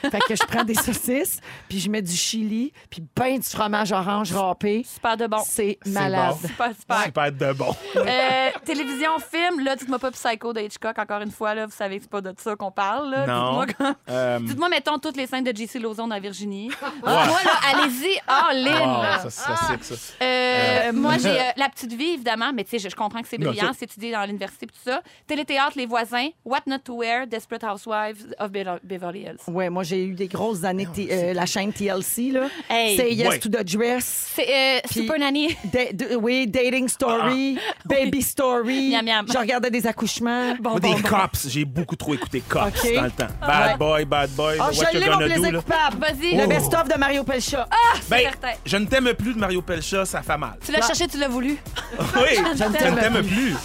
Fait que je prends des saucisses, puis je mets du chili, puis ben du fromage orange râpé.
Super de bon.
C'est
C'est
malade.
bon. Super, super.
Super de bon.
Euh, télévision, film, là, dites-moi pas Psycho de Hitchcock, encore une fois, là, vous savez que c'est pas de ça qu'on parle. là.
Non.
Dites-moi, quand-
Euh,
dites-moi, mettons, toutes les scènes de J.C. Lozon dans Virginie.
Ouais.
Moi, là, allez-y, all in.
wow,
là.
ça, ça, c'est sick, ça.
Euh,
Euh,
moi, j'ai euh, La Petite Vie, évidemment, mais tu sais, je, je comprends que c'est
Non,
brillant,
ça-
c'est étudié dans l'université, puis tout ça. Téléthéâtre, Les Voisins, What Not to Wear, Desperate Housewives of Be- Beverly Hills.
Ouais, moi, j'ai eu des grosses années,
Ah
T- euh, la chaîne TLC, là.
Hey.
C'est Yes
Ouais.
to the Dress.
C'est euh,
Puis-
Super Nanny.
Da- d- oui, Dating Story, Baby Story.
Ah, Miam, miam.
Je regardais des accouchements.
Moi, des cops, j'ai beaucoup trop écouté cops
Ah. OK. Ah,
dans le temps. Bad
Ouais.
boy, bad boy.
Ah,
what
je
you
l'ai, mon
gonna do,
plaisir
là.
coupable.
Ah, Vas-y.
Le
Oh.
best-of de Mario Pelcha.
Ah, c'est
Ben,
certain.
je ne t'aime plus de Mario Pelcha, ça fait mal.
Tu l'as cherché, tu l'as voulu.
Oui,
Je
je
ne
ne
t'aime
t'aime plus.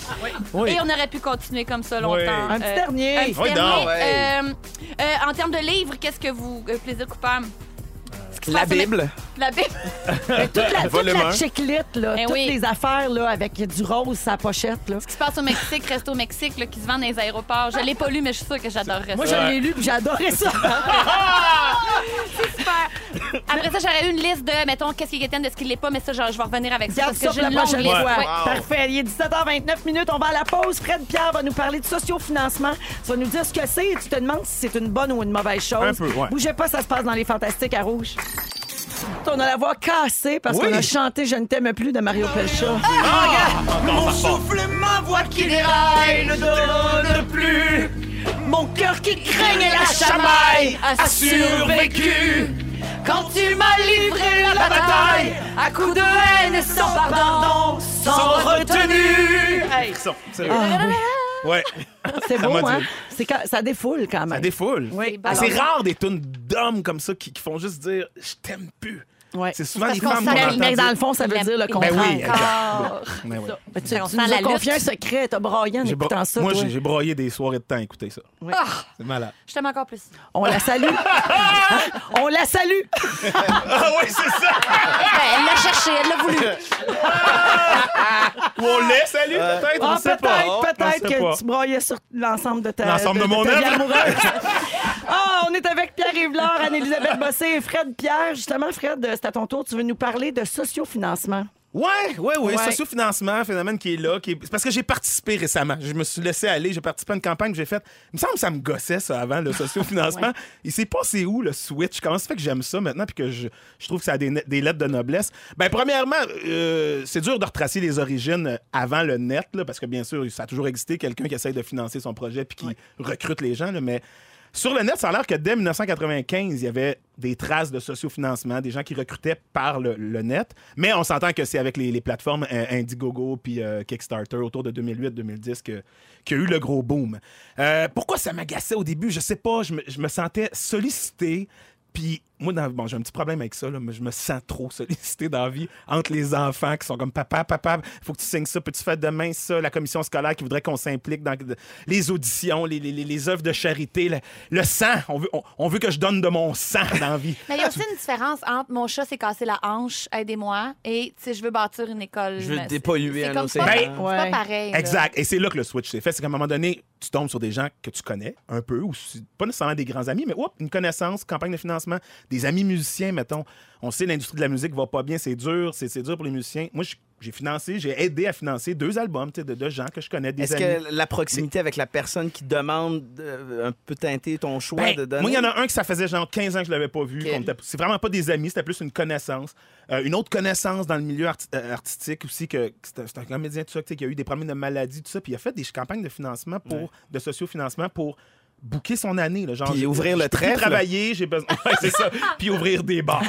Oui.
Et on aurait pu continuer comme ça longtemps. Euh,
Oui. Un
petit dernier.
un petit
Oui,
dernier.
donc.
Euh, euh, en termes de livres, qu'est-ce que vous. euh, plaisir coupable? Ce qui se
La
passe sur
Bible.
La Bible.
Mais toute la, toute
Volume
la
un.
checklist, là,
Eh
toutes
oui.
les affaires là, avec du rose sa pochette. Là.
Ce qui se passe au Mexique, reste au Mexique, là, qui se vend dans les aéroports. Je l'ai pas lu, mais je suis sûre que j'adorerais
Moi, je
ça.
l'ai lu puis j'adorais ça.
C'est super. Après ça, j'aurais eu une liste de, mettons, qu'est-ce qui est éteint de ce qui l'est pas, mais ça, genre, je vais revenir avec ça.
Garde
Parce
ça
que
pour
j'ai
la
une longue
prochaine
liste.
fois.
Ouais.
Parfait. Il est 17h29 minutes. On va à la pause. Fred Pierre va nous parler de sociofinancement. Tu vas nous dire ce que c'est et tu te demandes si c'est une bonne ou une mauvaise chose.
Un peu, ouais.
Bougez pas, ça se passe dans les Fantastiques à Rouge. On a la voix cassée parce
Oui. Ah!
qu'on a chanté Je ne t'aime plus de Mario Pelcha. Ah,
Mon souffle,
ma voix qui déraille ne donne plus. Mon cœur qui craignait
Ah!
la chamaille a survécu. Quand tu m'as livré la bataille, à coups de haine sans pardon, sans retenue.
Frisson, sérieux.
Ah, oui.
Ouais.
C'est
Ça
beau,
m'a
hein?
dit-
C'est quand- ça défoule quand même.
Ça défoule.
Oui.
Mais
Alors-
c'est rare des tunes d'hommes comme ça qui, qui font juste dire je t'aime plus.
Ouais.
C'est souvent
Parce
des
qu'on
femmes
s'en-
qu'on
mais-
entend
Mais dans
dire-
le fond, ça veut dire le contraire.
Ben oui,
Encore.
exact. Ben oui.
Mais Tu,
On
tu
sent
nous
la
as confié un
lutte.
secret, t'as broyé en
J'ai bro-
écoutant ça.
Moi,
toi.
j'ai j'ai broyé des soirées de temps à écouter ça.
Oui.
Ah,
C'est malade.
je t'aime encore plus.
On la salue. Hein? On la salue.
ah oui, c'est ça!
Ben, elle l'a cherché, elle l'a voulu.
Ou on l'est, salut, peut-être, on
Ah,
sait pas.
peut-être, peut-être
On sait
que
pas.
tu broyais sur l'ensemble de ta
L'ensemble Euh, de mon
ta vie
œuvre.
amoureuse. Ah, on est avec Pierre Yvelard, Anne-Élisabeth Bossé et Fred Pierre. Justement, Fred, c'est à ton tour. Tu veux nous parler de sociofinancement.
Ouais, ouais, ouais,
Ouais.
Sociofinancement, phénomène qui est là. Qui est- C'est parce que j'ai participé récemment. Je me suis laissé aller. J'ai participé à une campagne que j'ai faite. Il me semble que ça me gossait, ça, avant, le sociofinancement. Il sait pas c'est où le switch. Comment ça fait que j'aime ça maintenant puis que je, je trouve que ça a des, ne- des lettres de noblesse? Ben, premièrement, euh, c'est dur de retracer les origines euh, avant le net, là, parce que bien sûr, ça a toujours existé quelqu'un qui essaye de financer son projet puis qui recrute les gens, là, mais. Sur le net, ça a l'air que dès 1995, il y avait des traces de sociofinancement, des gens qui recrutaient par le, le net. Mais on s'entend que c'est avec les, les plateformes euh, Indiegogo puis euh, Kickstarter autour de 2008-2010 que- qu'il y a eu le gros boom. Euh, pourquoi ça m'agaçait au début? Je sais pas. Je me, je me sentais sollicité. Puis moi, dans- bon, j'ai un petit problème avec ça, là, mais je me sens trop sollicité dans la vie entre les enfants qui sont comme papa, papa, faut que tu signes ça, peux-tu faire demain ça, la commission scolaire qui voudrait qu'on s'implique dans les auditions, les, les, les- les œuvres de charité, le, le sang. On veut, on, on veut que je donne de mon sang dans la vie.
Mais il y a aussi une différence entre mon chat s'est cassé la hanche, aidez-moi, et tu sais, je veux bâtir une école.
Je veux
Mais c'est-
dépolluer
c'est
un
comme
océan.
pas-
Ben,
C'est pas
ouais.
pareil. là.
Exact. Et c'est là que le switch s'est fait. C'est qu'à un moment donné, tu tombes sur des gens que tu connais un peu, ou si- pas nécessairement des grands amis, mais oups, une connaissance, campagne de financement, des amis musiciens, mettons. On sait l'industrie de la musique va pas bien, c'est dur, c'est c'est dur pour les musiciens. Moi, j'ai- j'ai financé, j'ai aidé à financer deux albums tu sais, de, de gens que je connais, des
Est-ce
amis.
que la proximité avec la personne qui demande euh, un peu teinter ton choix
Ben,
de donner?
Moi, il y en a un que ça faisait genre 15 ans que je l'avais pas vu.
Ok.
qu'on était- C'est vraiment pas des amis, c'était plus une connaissance. Euh, une autre connaissance dans le milieu arti- euh, artistique aussi, que que c'est un, c'est un comédien, tout ça, tu sais, qui a eu des problèmes de maladie, tout ça, puis il a fait des campagnes de financement pour, de sociofinancement pour booker son année. Là, genre,
Puis
j'ai-
ouvrir
j'ai
le
plus
trèfle.
travailler, j'ai besoin. Ouais, c'est ça. Puis ouvrir des bars.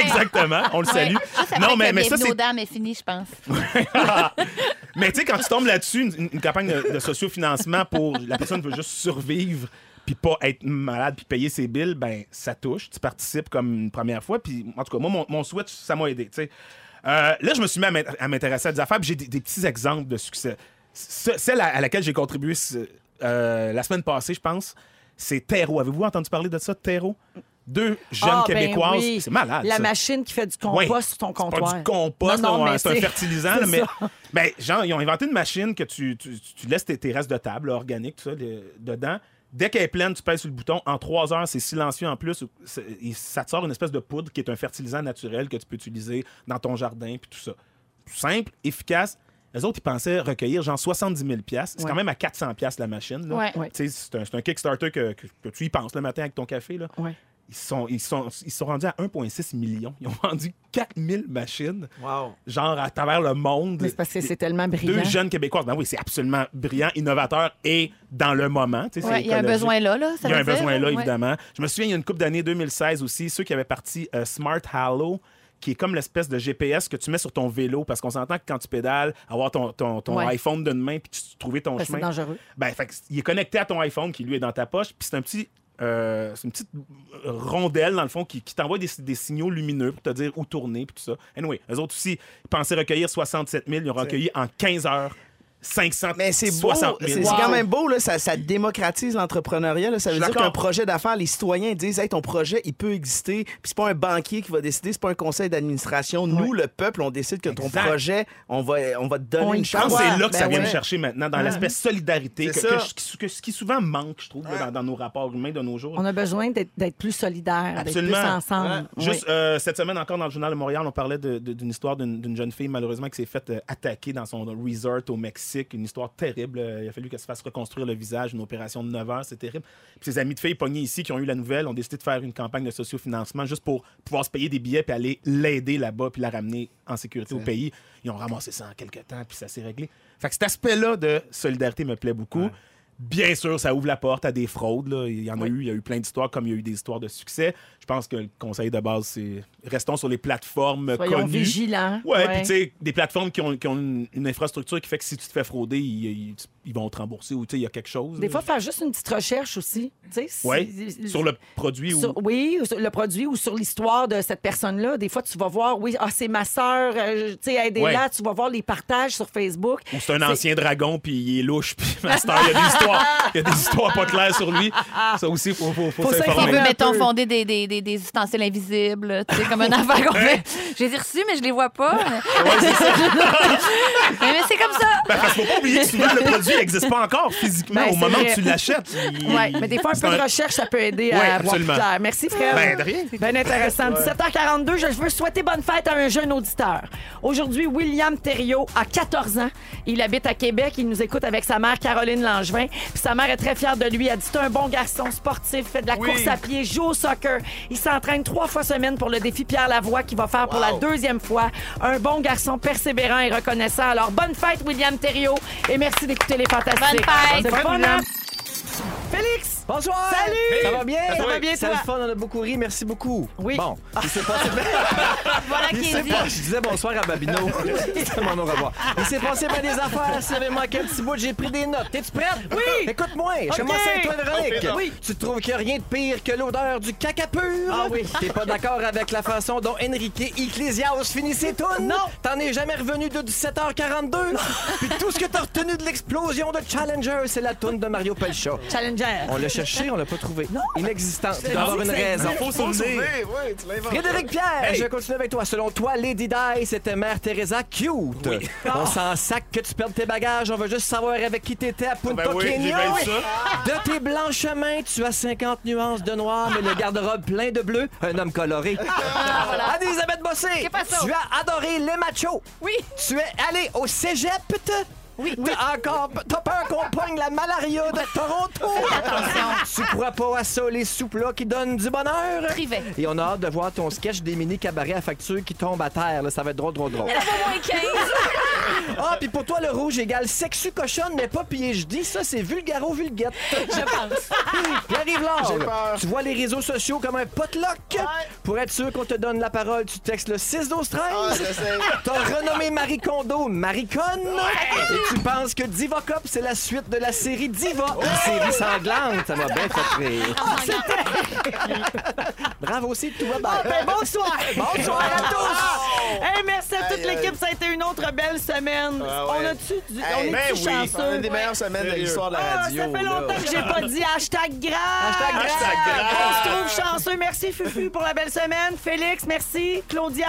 Exactement, on le
Ouais.
salue.
Juste après
Non, mais,
que
mais ça,
Bienvenue
c'est
aux dames est fini, je pense.
mais tu sais, quand tu tombes là-dessus, une, une- une campagne de, de sociofinancement pour la personne veut juste survivre. puis pas être malade, puis payer ses billes, ben ça touche. Tu participes comme une première fois. Puis en tout cas, moi, mon, mon switch, ça m'a aidé. tu sais. Euh, là, je me suis mis à m'int- à m'intéresser à des affaires, puis j'ai des, des petits exemples de succès. Ce- celle à, à laquelle j'ai contribué ce- euh, la semaine passée, je pense, c'est Terreau. Avez-vous entendu parler de ça, Terreau? Deux jeunes
Ah, ben
Québécoises.
oui.
C'est malade.
La
ça.
machine qui fait du compost
Ouais.
sur ton
C'est
comptoir.
Pas du compost,
Non, non,
non,
mais
c'est un fertilisant,
c'est
là, mais
ça.
ben, genre, ils ont inventé une machine que tu, tu- tu- tu laisses tes, tes restes de table, là, organiques, tout ça, de- dedans. Dès qu'elle est pleine, tu pèses sur le bouton. En trois heures, c'est silencieux en plus. C'est- il- Ça te sort une espèce de poudre qui est un fertilisant naturel que tu peux utiliser dans ton jardin, puis tout ça. Simple, efficace. Les autres, ils pensaient recueillir genre 70 000 pièces. C'est
Ouais.
quand même à 400 pièces la machine. là.
Ouais. Ouais.
Tu sais, C'est un, c'est un Kickstarter que, que- que tu y penses le matin avec ton café. Là. Ils, sont, ils, sont, ils sont rendus à 1,6 million. Ils ont vendu 4000 machines genre à travers le monde.
Mais c'est parce que c'est tellement brillant.
Deux jeunes Québécois. Ben oui, c'est absolument brillant, innovateur et dans le moment. tu sais, c'est
Ouais, il y a un
écologique.
besoin là, là, ça
Il y a
veut
un
dire,
besoin là,
ouais.
évidemment. Je me souviens, il y a une couple d'années 2016 aussi, ceux qui avaient parti euh, Smart Halo qui est comme l'espèce de GPS que tu mets sur ton vélo, parce qu'on s'entend que quand tu pédales, avoir ton, ton, ton
Ouais.
iPhone d'une main, puis tu trouver ton
Ben, c'est
chemin.
dangereux.
Ben, fait que il est connecté à ton iPhone qui, lui, est dans ta poche. Puis c'est un petit. euh, c'est une petite rondelle, dans le fond, qui, qui t'envoie des, des signaux lumineux pour te dire où tourner, puis tout ça. Anyway, eux autres aussi, ils pensaient recueillir 67 000. Ils ont recueilli en 15 heures 500
Mais c'est beau,
60
c'est
000.
c'est quand même beau, là, ça, ça démocratise l'entrepreneuriat. là. Ça veut
Je suis
dire qu'un
d'accord.
projet d'affaires, les citoyens disent hey, ton projet, il peut exister. Puis c'est pas un banquier qui va décider, c'est pas un conseil d'administration. Nous, le peuple, on décide que ton
Exact.
projet, on va, on va te donner
On y
une
croit.
chance.
C'est là que ça
Ben
vient me
ouais.
chercher maintenant, dans
Ouais.
l'aspect solidarité, que,
C'est
que
ça.
je- que- que- ce qui souvent manque, je trouve, là, dans, dans nos rapports humains de nos jours.
On a besoin d'être d'être plus solidaires, d'être plus
Absolument.
ensemble.
Ouais. Juste euh, cette semaine encore dans le journal de Montréal, on parlait de- de- d'une histoire d'une d'une jeune fille malheureusement qui s'est faite euh, attaquer dans son resort au Mexique. Une histoire terrible. Euh, Il a fallu qu'elle se fasse reconstruire le visage, une opération de 9 heures, c'est terrible. Puis ses amis de filles pognés ici qui ont eu la nouvelle ont décidé de faire une campagne de sociofinancement juste pour pouvoir se payer des billets puis aller l'aider là-bas puis la ramener en sécurité au
C'est-
pays. Ils ont ramassé ça en quelques temps puis ça s'est réglé. Fait que cet aspect-là de solidarité me plaît beaucoup. Bien sûr, ça ouvre la porte à des fraudes. là. Il y en a eu, il y a eu plein d'histoires, comme il y a eu des histoires de succès. Je pense que le conseil de base, c'est restons sur les plateformes
Soyons
connues.
vigilants.
Ouais,
Ouais.
puis tu sais, des plateformes qui ont, qui ont une, une infrastructure qui fait que si tu te fais frauder, ils, ils- ils vont te rembourser ou tu sais, il y a quelque chose.
Des
là.
fois, faire juste une petite recherche aussi. tu sais, si-
Ouais, sur le produit ou.
Sur- oui, sur le produit ou sur l'histoire de cette personne-là. Des fois, tu vas voir, oui, ah, c'est ma sœur, euh, je- tu sais, aidez-la.
Ouais.
Tu vas voir les partages sur Facebook.
Ou c'est un ancien dragon, puis il est louche, puis master, il y a des histoires, il y a des histoires pas claires sur lui. Ça aussi, il faut, faut, faut
Faut s'informer.
s'informer.
veut, mettons, fonder des, des, des, des ustensiles invisibles, tu sais, comme une affaire qu'on fait. Je les ai reçus, mais je les vois pas. mais mais c'est comme ça.
Ben, parce qu'il faut pas oublier que souvent, le produit n'existe pas encore physiquement
Ben,
au
c'est
moment
vrai.
où tu l'achètes. il-
Oui, mais des fois, un
c'est
peu de recherche, ça peut aider
Ouais,
à voir plus
absolument.
clair. Merci, Fred.
Ben, de rien.
Bien intéressant.
Ouais.
17h42, je veux souhaiter bonne fête à un jeune auditeur. Aujourd'hui, William Thériault a 14 ans. Il habite à Québec. Il nous écoute avec sa mère, Caroline Langevin. Puis sa mère est très fière de lui. Elle dit C'est un bon garçon sportif, fait de la
Oui.
course à pied, joue au soccer. Il s'entraîne trois fois semaine pour le défi Pierre Lavoie qu'il va faire pour la deuxième fois. Un bon garçon persévérant et reconnaissant. Alors, bonne fête, William Thériault. Et merci d'écouter les fantastiques.
Bonne fête. Bonne fête,
Bonne
William.
Félix!
Bonsoir!
Salut!
Ça va bien?
Ça va bien,
C'est
toi?
le fun, on a beaucoup ri, merci beaucoup.
Oui.
Bon, il s'est passé... voilà
qui est dit.
Je disais bonsoir à Babino. C'était mon au revoir. Il s'est passé bien des affaires, si avait manqué un petit bout, j'ai pris des notes. T'es-tu prête?
Oui.
Écoute-moi,
Ok.
je commence avec toi,
Ok,
Véronique.
donc. Oui.
Tu trouves qu'il n'y a rien de pire que l'odeur du caca pur?
Ah oui.
T'es pas d'accord avec la façon dont Enrique Iglesias finit ses tunes? Non! T'en es jamais revenu de 17h42? Puis tout ce que t'as retenu de l'explosion de Challenger, c'est la tune de Mario Pelcha.
Challenger.
On l'a cherché, on l'a pas trouvé. Inexistant.
Je
Il
l'ai
doit
dit
avoir
que
une
ça
raison.
existe. Faux
Faux
souvenir.
souvenir.
Oui, tu l'inventes.
Frédéric Pierre,
Hey.
je continue avec toi. Selon toi, Lady Di, c'était Mère Teresa cute. On s'en sac que tu perdes tes bagages. On veut juste savoir avec qui t'étais à Punta
Ben oui, j'ai
Kenya.
bien
Oui.
vu
De tes blancs chemins, tu as 50 nuances de noir, mais le garde-robe plein de bleu, un homme coloré.
Ah,
Anne-Elisabeth Bossé, tu as adoré les machos. Oui. Tu es allé au cégep. Oui. T'as encore t'as peur qu'on pogne la malaria de Toronto. Attention. Tu crois pas à ça, les soupes-là qui donnent du bonheur.
Privé.
Et on a hâte de voir ton sketch des mini cabarets à facture qui tombe à terre. là. Ça va être drôle, drôle, drôle.
Elle a pas moins 15.
Ah, puis pour toi, le rouge égale sexu cochonne, mais pas dis Ça, c'est vulgaro-vulguette. Je pense. Pierre-Yves
J'ai
Lange,
peur.
tu vois les réseaux sociaux comme un potluck. Pour être sûr qu'on te donne la parole, tu textes le 6 12 13
Ah, je sais.
T'as renommé Marie Kondo Marie Conne. Et
tu penses que Diva Cop, c'est la suite de la série Diva, la série sanglante. Ça m'a bien fait rire.
Ah,
Bravo aussi, tout va bien.
Ben, bonsoir!
Bonsoir à
tous! Hey, merci à toute
Aïe, aïe.
l'équipe, ça a été une autre belle semaine.
Ah ouais.
On a-tu du...
Hey,
on
ben
est-tu
oui.
chanceux?
On a une des meilleures semaines de
Sérieux.
l'histoire de la
Ah,
radio,
Ça fait longtemps
là.
que j'ai pas dit hashtag grave.
Hashtag grave. Hashtag grave.
On se trouve chanceux. Merci Fufu pour la belle semaine. Félix, merci. Claudia,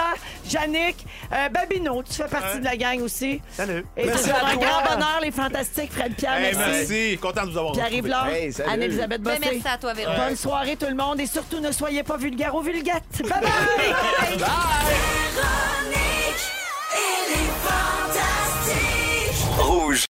Yannick, euh, Babino, tu fais partie de la gang aussi.
Salut.
Et
Merci
c'est
à
un
toi.
grand bonheur, les fantastiques Fred Pierre.
Hey,
merci.
merci. Content de vous avoir
Pierre-Yves
retrouvés.
Laure,
Hey, salut.
Anne-Elisabeth
Ben,
Bossé.
merci à toi, Véro.
Bonne soirée tout le monde et surtout ne soyez pas vulgaire ou vulgate. Bye bye!
Bye.